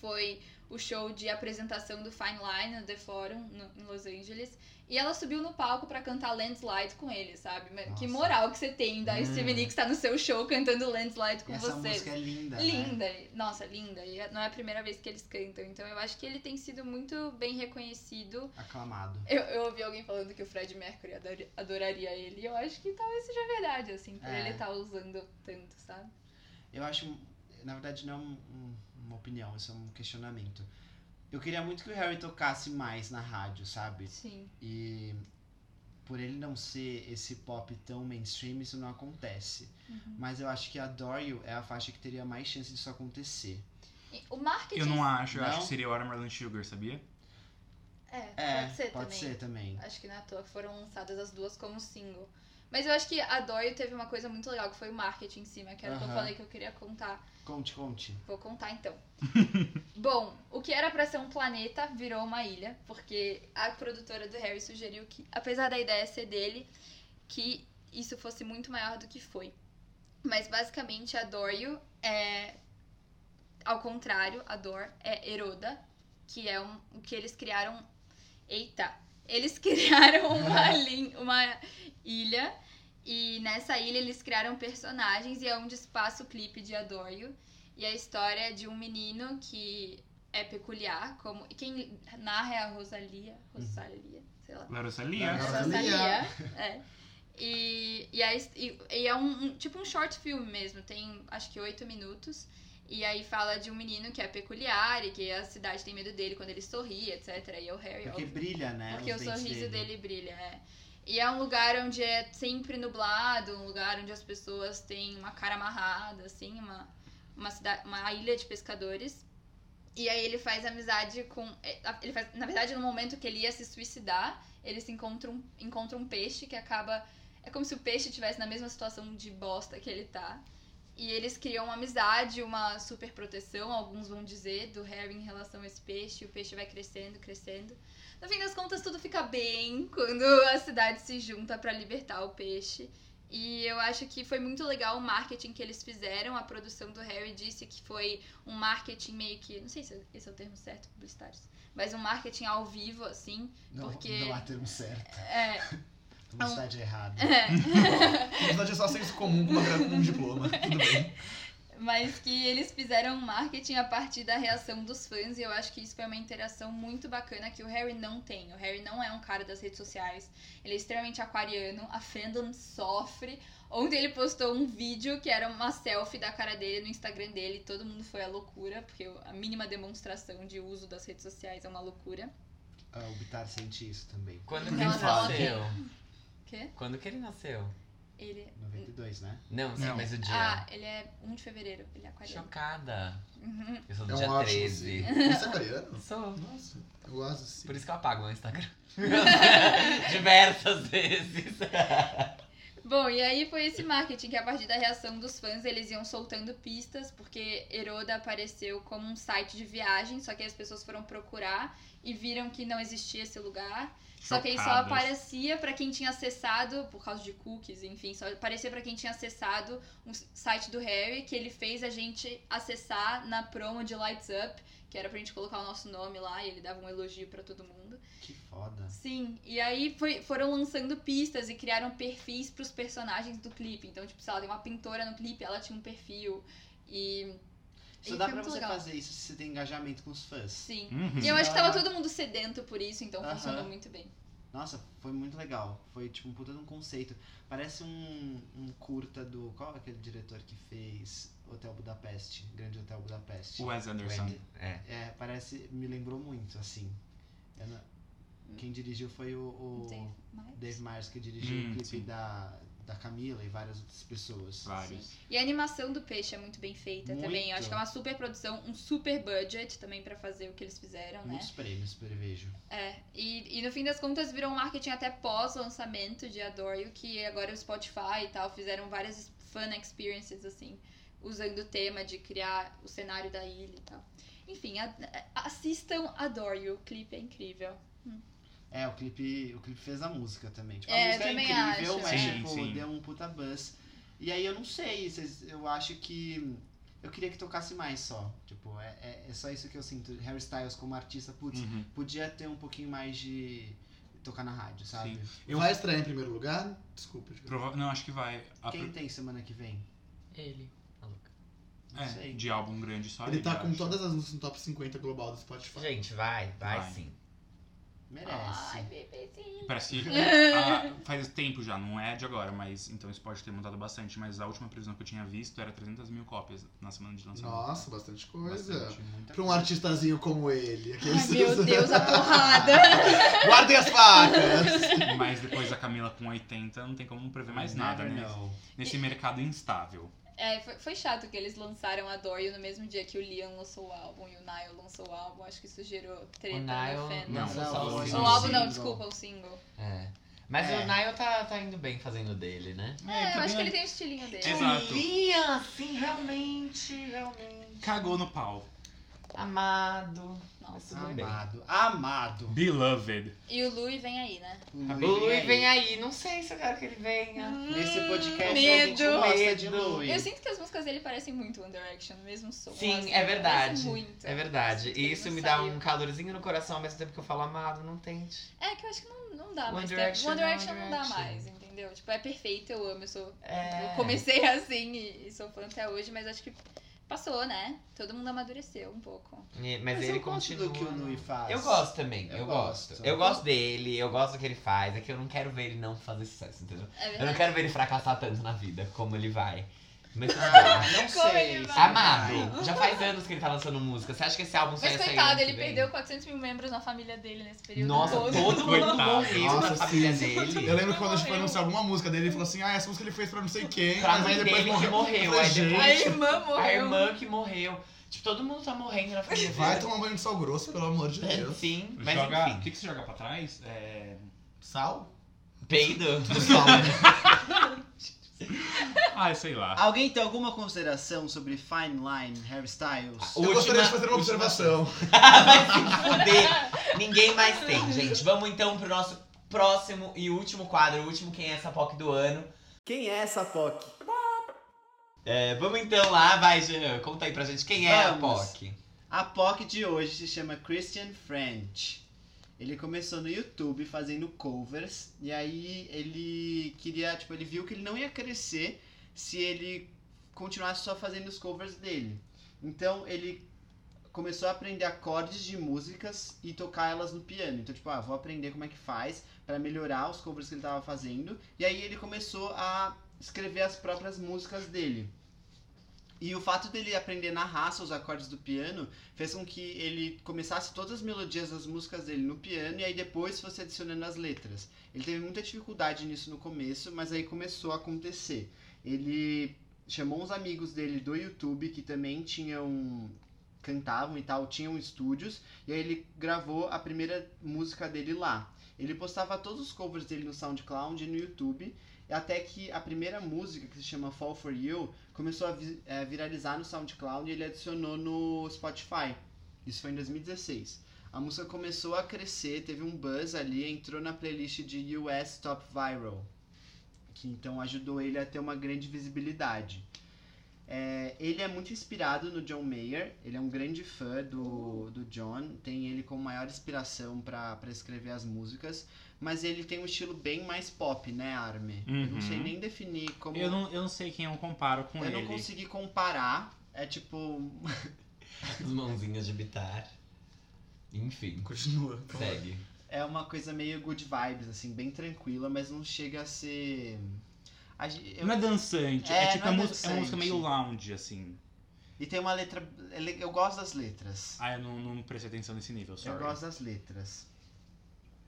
S6: foi o show de apresentação do Fine Line no The Forum, no- em Los Angeles. E ela subiu no palco pra cantar Landslide com ele, sabe? Mas Que
S2: Nossa.
S6: moral que você tem da
S4: Hum.
S6: Stevie Nicks tá no seu show cantando Landslide com
S2: essa
S6: você.
S2: música é linda. né?
S6: Linda, nossa, linda. E não é a primeira vez que eles cantam, então eu acho que ele tem sido muito bem reconhecido.
S2: né? Aclamado.
S6: Eu, eu ouvi alguém falando que o Fred Mercury ador- adoraria ele, e eu acho que talvez seja verdade, assim, por
S2: É.
S6: ele estar usando tanto, sabe?
S2: Eu acho, na verdade, não é um- um- uma opinião, isso é um questionamento. Eu queria muito que o Harry tocasse mais na rádio, sabe?
S6: Sim.
S2: E por ele não ser esse pop tão mainstream, isso não acontece.
S6: Uhum.
S2: Mas eu acho que a Adore You é a faixa que teria mais chance disso acontecer.
S6: E O marketing.
S4: Eu não acho, eu
S2: Não?
S4: acho que seria Watermelon Sugar, sabia?
S6: É,
S2: É,
S6: pode ser
S2: pode
S6: também.
S2: ser também.
S6: Acho que na toa que foram lançadas as duas como single. Mas eu acho que a Doyle teve uma coisa muito legal, que foi o marketing em cima, que era o que eu
S2: Aham.
S6: falei que eu queria contar.
S2: Conte, conte.
S6: Vou contar então. [LAUGHS] Bom, o que era pra ser um planeta virou uma ilha, porque a produtora do Harry sugeriu que, apesar da ideia ser dele, que isso fosse muito maior do que foi. Mas basicamente a Dorio é. Ao contrário, a Dor é Heroda, que é um, o que eles criaram Eita, eles [LAUGHS] criaram uma, lin- uma ilha e nessa ilha eles criaram personagens e é onde se passa o clipe de Adoro. E a história é de um menino que é peculiar, como. e Quem narra é a Rosalia. Rosalia, sei lá.
S4: Larosalia.
S5: Não,
S6: Ela
S5: Rosalia.
S6: sabia, é. E, e, aí- e- e é um, um- tipo um short film mesmo, tem acho que oito minutos. E aí fala de um menino que é peculiar e que a cidade tem medo dele quando ele sorri, etc. E é o Harry,
S2: Porque
S6: óbvio,
S2: brilha, né?
S6: porque o
S2: os dentes
S6: sorriso dele, brilha, é. E é um lugar onde é sempre nublado, um lugar onde as pessoas têm uma cara amarrada, assim, uma, uma, cida- uma ilha de pescadores. E aí ele faz amizade com. é, a- Ele faz, na verdade, no momento que ele ia se suicidar, ele se encontra um, encontra um peixe que acaba. É como se o peixe estivesse na mesma situação de bosta que ele tá. E eles criam uma amizade, uma super proteção, alguns vão dizer, do Harry em relação a esse peixe. E o peixe vai crescendo, crescendo. No fim das contas, tudo fica bem quando a cidade se junta pra libertar o peixe. E eu acho que foi muito legal o marketing que eles fizeram. A produção do Harry disse que foi um marketing meio que. Não sei se esse é o termo certo, publicitários. Mas um marketing ao vivo, assim.
S2: Não,
S6: Porque-
S2: não há termo certo.
S6: É.
S2: Publicidade errada.
S5: Na verdade é só senso comum com uma gra- com um diploma. Tudo bem.
S6: Mas que eles fizeram um marketing a partir da reação dos fãs, e eu acho que isso foi uma interação muito bacana que o Harry não tem. O Harry não é um cara das redes sociais, ele é extremamente aquariano, a fandom sofre. Ontem ele postou um vídeo que era uma selfie da cara dele no Instagram dele, e todo mundo foi à loucura, porque a mínima demonstração de uso das redes sociais é uma loucura.
S2: Ah, o Bitar sente isso também.
S3: Quando
S6: Em
S3: que ele
S6: relação a
S3: nasceu?
S6: Quê?
S3: Quando que ele nasceu?
S6: Ele.
S2: 92, né?
S3: Não, sim,
S4: Não.
S3: mas o dia.
S6: Ah, ele é 1 de fevereiro, ele é aquariano.
S3: Chocada.
S6: Uhum.
S3: Eu sou do
S5: É um
S3: dia
S5: ótimo,
S3: 13.
S5: assim. Você é coreano?
S3: Sou.
S5: Nossa, eu gosto assim.
S3: Por isso que eu apago meu Instagram. Diversas vezes.
S6: Bom, e aí foi esse marketing que a partir da reação dos fãs eles iam soltando pistas, porque Heroda apareceu como um site de viagem, só que as pessoas foram procurar e viram que não existia esse lugar. Só que aí só
S4: Chocadas.
S6: aparecia pra quem tinha acessado, por causa de cookies, enfim, só aparecia pra quem tinha acessado um s- site do Harry, que ele fez a gente acessar na promo de Lights Up, que era pra gente colocar o nosso nome lá e ele dava um elogio pra todo mundo.
S2: Que foda.
S6: Sim, e aí foi- foram lançando pistas e criaram perfis pros personagens do clipe. Então, tipo, sei lá, tem uma pintora no clipe, ela tinha um perfil. E
S2: Só
S6: Isso
S2: dá
S6: é
S2: pra
S6: muito
S2: você
S6: legal.
S2: fazer isso se você tem engajamento com os fãs.
S6: sim.
S4: Uhum.
S6: E eu acho que tava
S2: Aham.
S6: todo mundo sedento por isso, então
S2: Aham.
S6: funcionou muito bem.
S2: Nossa, foi muito legal. Foi tipo um puta de um conceito. Parece um, um curta do. Qual é aquele diretor que fez Hotel Budapeste? Grande Hotel Budapeste.
S4: O Wes Anderson.
S3: É.
S2: É, parece. Me lembrou muito, assim. Eu não- Quem dirigiu foi o, o
S6: Dave Myers.
S2: Dave Myers, que dirigiu
S4: Hum,
S2: o clipe
S4: sim.
S2: da, da Camila e várias outras pessoas.
S4: Vários.
S6: E a animação do peixe é muito bem feita
S2: Muito.
S6: também. Eu acho que é uma super produção, um super budget também pra fazer o que eles fizeram, né?
S2: Muitos prêmios, prevejo.
S6: É, e, e no fim das contas virou um marketing até pós-lançamento de Adore, que agora o Spotify e tal fizeram várias fan experiences, assim, usando o tema de criar o cenário da ilha e tal. Enfim, a- a- assistam Adore, You, o clipe é incrível.
S2: É, o clipe, o clipe fez a música também. Tipo,
S6: É,
S2: a
S6: eu
S2: música é
S6: também
S2: incrível,
S6: acho.
S2: mas
S4: Sim,
S2: tipo,
S4: sim.
S2: deu um puta buzz. E aí eu não sei, vocês- eu acho que. Eu queria que tocasse mais só. Tipo, é, é, é só isso que eu sinto. Harry Styles como artista, putz,
S4: Uhum.
S2: podia ter um pouquinho mais de tocar na rádio, sabe?
S4: Eu-
S5: Vai estrear em primeiro lugar? Desculpa. desculpa.
S4: Prova- Não, acho que vai. A
S2: Quem
S4: pro-
S2: tem semana que vem?
S3: Ele. Maluco.
S2: Não
S4: É,
S2: sei.
S4: de álbum grande só.
S5: Ele tá
S4: eu
S5: com
S4: acho.
S5: todas as músicas no top 50 global do Spotify.
S3: Gente, vai, vai,
S4: Vai.
S3: sim.
S2: Merece.
S6: Ai, bebezinho.
S4: Parece. ah,
S6: [LAUGHS]
S4: faz tempo já, não é de agora, mas então isso pode ter mudado bastante. Mas a última previsão que eu tinha visto era 300 mil cópias na semana de lançamento.
S5: Nossa, bastante coisa.
S4: Bastante.
S2: Muita
S5: Pra um
S2: coisa.
S5: artistazinho como ele.
S6: Ai,
S5: Aqueles- [LAUGHS]
S6: meu Deus, a porrada!
S5: Guardem as facas!
S4: [LAUGHS] Mas depois da Camila com 80, não tem como prever mais nada,
S2: Never
S4: né?
S2: know.
S4: Nesse mercado instável.
S6: é, foi, foi chato que eles lançaram Adore You no mesmo dia que o Liam lançou o álbum e o Niall lançou o álbum. Acho que isso gerou treta
S3: O
S6: no
S3: Nile
S6: fandom.
S2: Não,
S3: lançou
S2: não,
S3: só
S2: não,
S3: o
S6: o
S3: single.
S6: álbum
S2: single.
S6: não, desculpa, o single.
S3: É. Mas
S2: É.
S3: o Nile tá, tá indo bem fazendo o dele, né?
S6: É, eu acho que ele
S4: também
S6: tem o estilinho dele.
S4: Exato.
S7: Lia, sim, realmente, realmente.
S4: Cagou no pau.
S3: Amado.
S6: Nossa.
S3: Tudo bem.
S2: Amado. Amado.
S4: Beloved.
S6: E o Lui vem aí, né?
S2: O
S3: O Lui vem aí. Não sei se eu quero que ele venha.
S2: Nesse podcast a gente
S6: Medo.
S2: gosta de
S3: Medo.
S2: Lui.
S6: Eu sinto que as músicas dele parecem muito One Direction, mesmo som.
S3: Sim,
S6: assim,
S3: é verdade.
S6: parece Muito.
S3: É verdade.
S6: Ele
S3: E isso
S6: não
S3: me dá
S6: saiu.
S3: um calorzinho no coração ao mesmo tempo que eu falo amado. Não tente.
S6: É que eu acho que não, não dá
S3: One
S6: mais.
S3: Direction,
S6: tempo. One
S3: One
S6: Direction não dá
S3: Direction.
S6: mais, entendeu? Tipo, é perfeito, eu amo, eu sou.
S3: É.
S6: Eu comecei [LAUGHS] assim e, e sou fã até hoje, mas acho que passou, né? Todo mundo amadureceu um pouco.
S3: E- Mas,
S2: Mas
S3: ele
S2: eu gosto
S3: continua.
S2: do que o Lui faz.
S3: Eu gosto também, eu,
S2: Eu
S3: gosto.
S2: gosto.
S3: Eu gosto dele, eu gosto do que ele faz. É que eu não quero ver ele não fazer sucesso, entendeu?
S6: É
S3: Eu não
S6: verdade.
S3: quero ver ele fracassar tanto na vida, como ele vai. Mas tudo
S2: Ah,
S3: bem.
S2: [LAUGHS] não
S6: Como
S2: sei.
S6: ele vai?
S3: Amado, já faz anos que ele tá lançando música. Você acha que esse álbum só
S6: Mas
S3: ia sair
S6: coitado,
S3: ano
S6: ele
S3: que vem?
S6: perdeu 400 mil membros na família dele nesse período.
S3: Nossa,
S6: todo.
S3: todo mundo
S4: Coitado.
S3: morreu na
S5: Nossa,
S3: família
S5: sim.
S3: dele.
S5: Eu lembro quando a gente foi
S6: Morreu.
S5: anunciar alguma música dele, ele falou assim: Ah, essa música ele fez pra não sei quem,
S3: Pra
S5: mas
S3: mãe
S5: aí
S3: dele
S5: depois
S3: que
S5: morreu.
S3: morreu,
S5: Eu
S3: aí
S5: falei,
S3: depois-
S6: [LAUGHS] A
S5: "Gente,
S6: irmã morreu.
S3: A irmã que morreu. Tipo, todo mundo tá morrendo na família
S5: Vai
S3: dele.
S5: tomar banho de sal grosso, pelo amor de Deus.
S3: Sim, mas
S4: Joga. O
S3: enfim.
S4: que, que você joga pra trás? É.
S5: Sal?
S3: Peido.
S5: Sal.
S3: né?
S4: Ah, sei lá.
S2: Alguém tem alguma consideração sobre Fine Line Hairstyles?
S5: [LAUGHS] Eu gostaria de fazer uma observação.
S3: Fuder. Ninguém mais tem, gente. Vamos então pro nosso próximo e último quadro, o último Quem é essa POC do ano.
S1: Quem é essa POC?
S3: É, vamos então lá, vai, Jean. Conta aí pra gente quem é a
S2: Vamos.
S3: POC.
S2: A POC de hoje se chama Christian French. Ele começou no YouTube fazendo covers e aí ele queria, tipo, ele viu que ele não ia crescer se ele continuasse só fazendo os covers dele. Então ele começou a aprender acordes de músicas e tocar elas no piano. Então, tipo, ah, vou aprender como é que faz pra melhorar os covers que ele tava fazendo. E aí ele começou a escrever as próprias músicas dele. E o fato dele aprender na raça os acordes do piano fez com que ele começasse todas as melodias das músicas dele no piano e aí depois fosse adicionando as letras. Ele teve muita dificuldade nisso no começo, mas aí começou a acontecer. Ele chamou uns amigos dele do YouTube que também tinham cantavam e tal, tinham estúdios, e aí ele gravou a primeira música dele lá. Ele postava todos os covers dele no SoundCloud e no YouTube, até que a primeira música, que se chama Fall For You, começou a vi- eh, viralizar no SoundCloud e ele adicionou no Spotify. Isso foi em 2016. A música começou a crescer, teve um buzz ali, entrou na playlist de US Top Viral, que então ajudou ele a ter uma grande visibilidade. Eh, ele é muito inspirado no John Mayer, ele é um grande fã do, do John, tem ele como maior inspiração para escrever as músicas, mas ele tem um estilo bem mais pop, né, Arme? Eu não
S4: Uhum.
S2: sei nem definir como
S4: Eu não, eu não sei quem eu comparo com
S2: Ah, eu
S4: ele.
S2: não consegui comparar. É tipo. [LAUGHS]
S3: As mãozinhas de bitar. Enfim,
S5: Continua. por favor.
S3: segue.
S2: É uma coisa meio good vibes, assim, bem tranquila, mas não chega a ser. A gen- eu-
S4: Não é dançante,
S2: É,
S4: é, tipo
S2: não é
S4: a música, é uma
S2: dançante.
S4: música meio lounge, assim.
S2: E tem uma letra. é le- Eu gosto das letras.
S4: Ah, eu não, não prestei atenção nesse nível, sorry.
S2: Eu gosto das letras.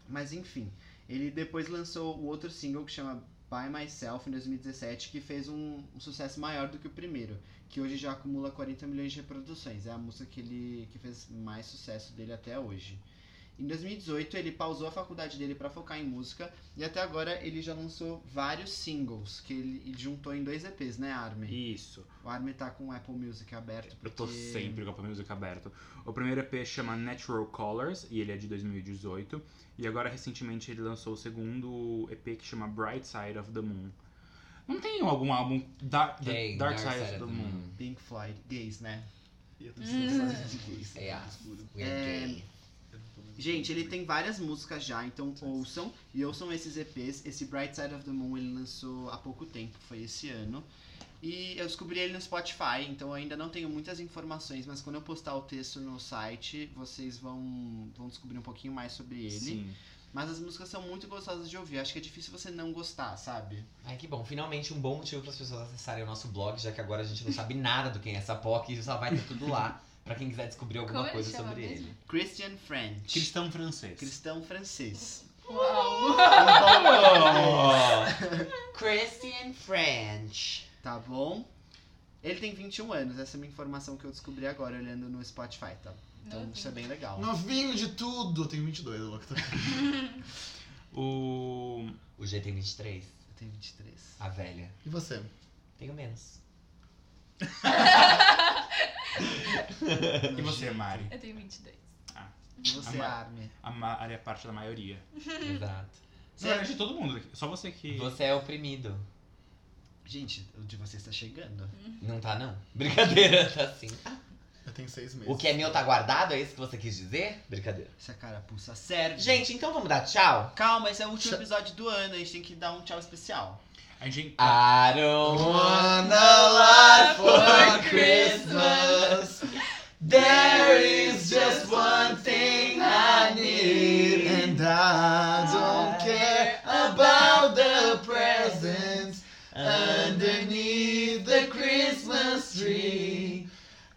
S2: Mas enfim, ele depois lançou o outro single que chama By Myself em 2017, que fez um, um sucesso maior do que o primeiro, que hoje já acumula 40 milhões de reproduções. É a música que ele que fez mais sucesso dele até hoje. Em 2018, ele pausou a faculdade dele para focar em música e até agora ele já lançou vários singles que ele, ele juntou em dois EPs, né, Armin?
S4: Isso.
S2: O Armin tá com o Apple Music aberto porque
S4: Eu tô sempre com a música aberta. O primeiro EP chama Natural Colors e ele é de 2018. E agora, recentemente, ele lançou o segundo EP que chama Bright Side of the Moon. Não tem algum álbum Dar- The
S3: Tem,
S4: Dark, Side, of the Moon?
S2: Pink Floyd gays, né?
S5: E eu tô sensacional de gays.
S3: É, ah.
S5: Juro.
S3: We are
S2: É,
S3: gay.
S2: Gente, ele tem várias músicas já, então ouçam e ouçam esses EPs. Esse Bright Side of the Moon ele lançou há pouco tempo, foi esse ano. E eu descobri ele no Spotify, então eu ainda não tenho muitas informações, mas quando eu postar o texto no site, vocês vão, vão descobrir um pouquinho mais sobre ele.
S4: Sim.
S2: Mas as músicas são muito gostosas de ouvir, acho que é difícil você não gostar, sabe?
S3: Ai, que bom. Finalmente um bom motivo para as pessoas acessarem o nosso blog, já que agora a gente não sabe nada do quem é essa POC e só vai ter tudo lá. Pra quem quiser descobrir alguma
S6: Como ele
S3: coisa
S6: chama
S3: sobre
S6: mesmo? [LAUGHS]
S3: ele.
S2: Christian French.
S4: Cristão francês.
S2: Cristão francês.
S6: Uau!
S3: Christian French.
S2: Tá bom? Ele tem 21 anos, essa é uma informação que eu descobri agora olhando no Spotify, tá? Então
S6: Novinho.
S2: isso é bem legal.
S5: Novinho de tudo. Eu tenho 22, eu tô...
S4: O...
S3: O G tem 23.
S2: Eu tenho 23.
S3: A velha.
S5: E você?
S3: Tenho menos.
S4: [LAUGHS] E você, Mari?
S6: Eu tenho 22.
S2: Você
S4: Amar.
S2: arme.
S4: A Mari é parte da maioria.
S3: Exato.
S2: Você-
S4: Na verdade, todo mundo. Só você que.
S3: Você é oprimido.
S2: Gente, o de vocês tá chegando.
S3: Não tá, não? Brincadeira, tá sim.
S5: Eu tenho seis meses.
S3: O que é meu tá guardado? É isso que você quis dizer? Brincadeira.
S2: Essa carapuça serve.
S3: Gente, então vamos dar tchau?
S2: calma, esse é o último episódio do ano, a gente tem que dar um tchau especial.
S4: A gente.
S3: I don't
S5: Wanna
S3: life
S6: for Christmas.
S3: There is just one thing I need.
S5: And I don't care about the presents underneath the Christmas tree.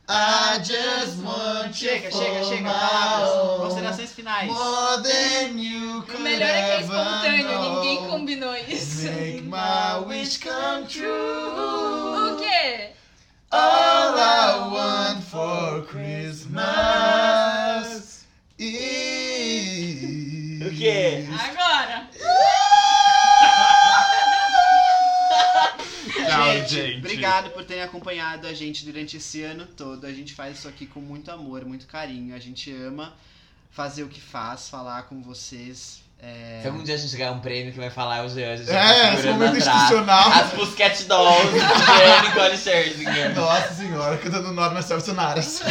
S5: I just want you
S2: Chega, chega,
S5: for
S2: chega,
S5: my
S2: palavras.
S5: own.
S2: Considerações finais.
S5: More than you could
S6: O melhor é que é
S5: ever
S6: espontâneo, ninguém
S5: know.
S6: combinou isso.
S5: Make my wish come true.
S6: O quê?
S5: All I want for Christmas is.
S3: O quê?
S6: Agora!
S4: Tchau, gente.
S2: Obrigado por terem acompanhado a gente durante esse ano todo. A gente faz isso aqui com muito amor, muito carinho. A gente ama fazer o que faz, falar com vocês.
S3: Se algum dia a gente ganhar um prêmio que vai falar é o Jean, a gente já
S5: É,
S3: tá
S5: esse
S3: segurando
S5: momento
S3: atrás.
S5: institucional.
S3: As Pusquet Dolls, o Jean e Nicole Scherzinger.
S5: Nossa senhora, cantando Norma Selcionaras.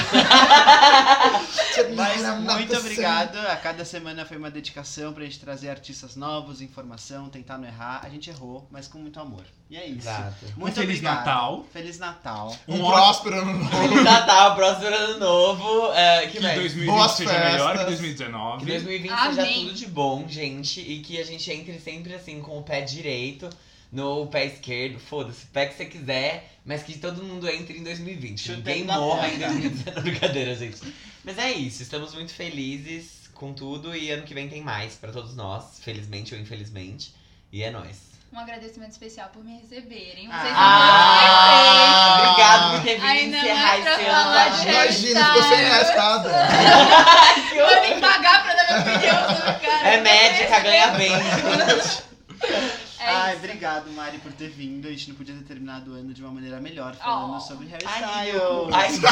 S2: Mas muito obrigado. A cada semana foi uma dedicação pra gente trazer artistas novos, informação, tentar não errar. A gente errou, mas com muito amor. E é isso.
S3: Exato.
S2: Muito
S4: Um Feliz
S2: obrigado.
S4: Natal.
S2: Feliz Natal.
S5: Um,
S4: Um ótimo
S5: próspero ano novo.
S3: Feliz Natal, próximo ano novo. é, que
S4: que
S3: vai.
S4: 2020
S5: Boas
S4: seja melhor que
S5: festas.
S3: Que
S4: 2019.
S3: 2020 seja
S6: Amém.
S3: tudo de bom, gente, e que a gente entre sempre assim com o pé direito, no pé esquerdo, foda-se, pé que você quiser, mas que todo mundo entre em 2020.
S2: Chutando
S3: Ninguém
S2: na
S3: morra em
S2: porta.
S3: 2019. [LAUGHS] Brincadeira, gente. Mas é isso, estamos muito felizes com tudo e ano que vem tem mais pra todos nós, felizmente ou infelizmente. E é nóis.
S6: Um agradecimento especial por me receberem.
S2: Ah.
S6: Vocês
S5: Ah.
S6: são
S3: Ah, obrigado por ter vindo
S6: Ainda mais
S3: encerrar
S6: pra
S3: esse
S6: falar
S3: ano.
S6: de-
S5: Imagina, ficou 100 reais cada.
S6: muito perfeitos. Vai me pagar pra dar minha opinião sobre o cara.
S3: É médica, ganha bem.
S6: É
S2: Ai,
S6: isso.
S2: obrigado, Mari, por ter vindo. A gente não podia ter terminado o ano de uma maneira melhor, falando
S6: Oh.
S2: sobre Harry
S3: Ai,
S2: Styles.
S3: meu cu. Ai, meu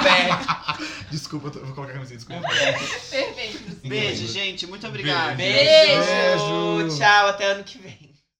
S3: pé.
S5: Desculpa, eu tô- vou colocar a camiseta, desculpa.
S6: Perfeitos.
S2: Beijo, gente. Muito
S4: Beijo.
S2: obrigado.
S3: Beijo.
S5: Beijo.
S3: Tchau, até ano que vem.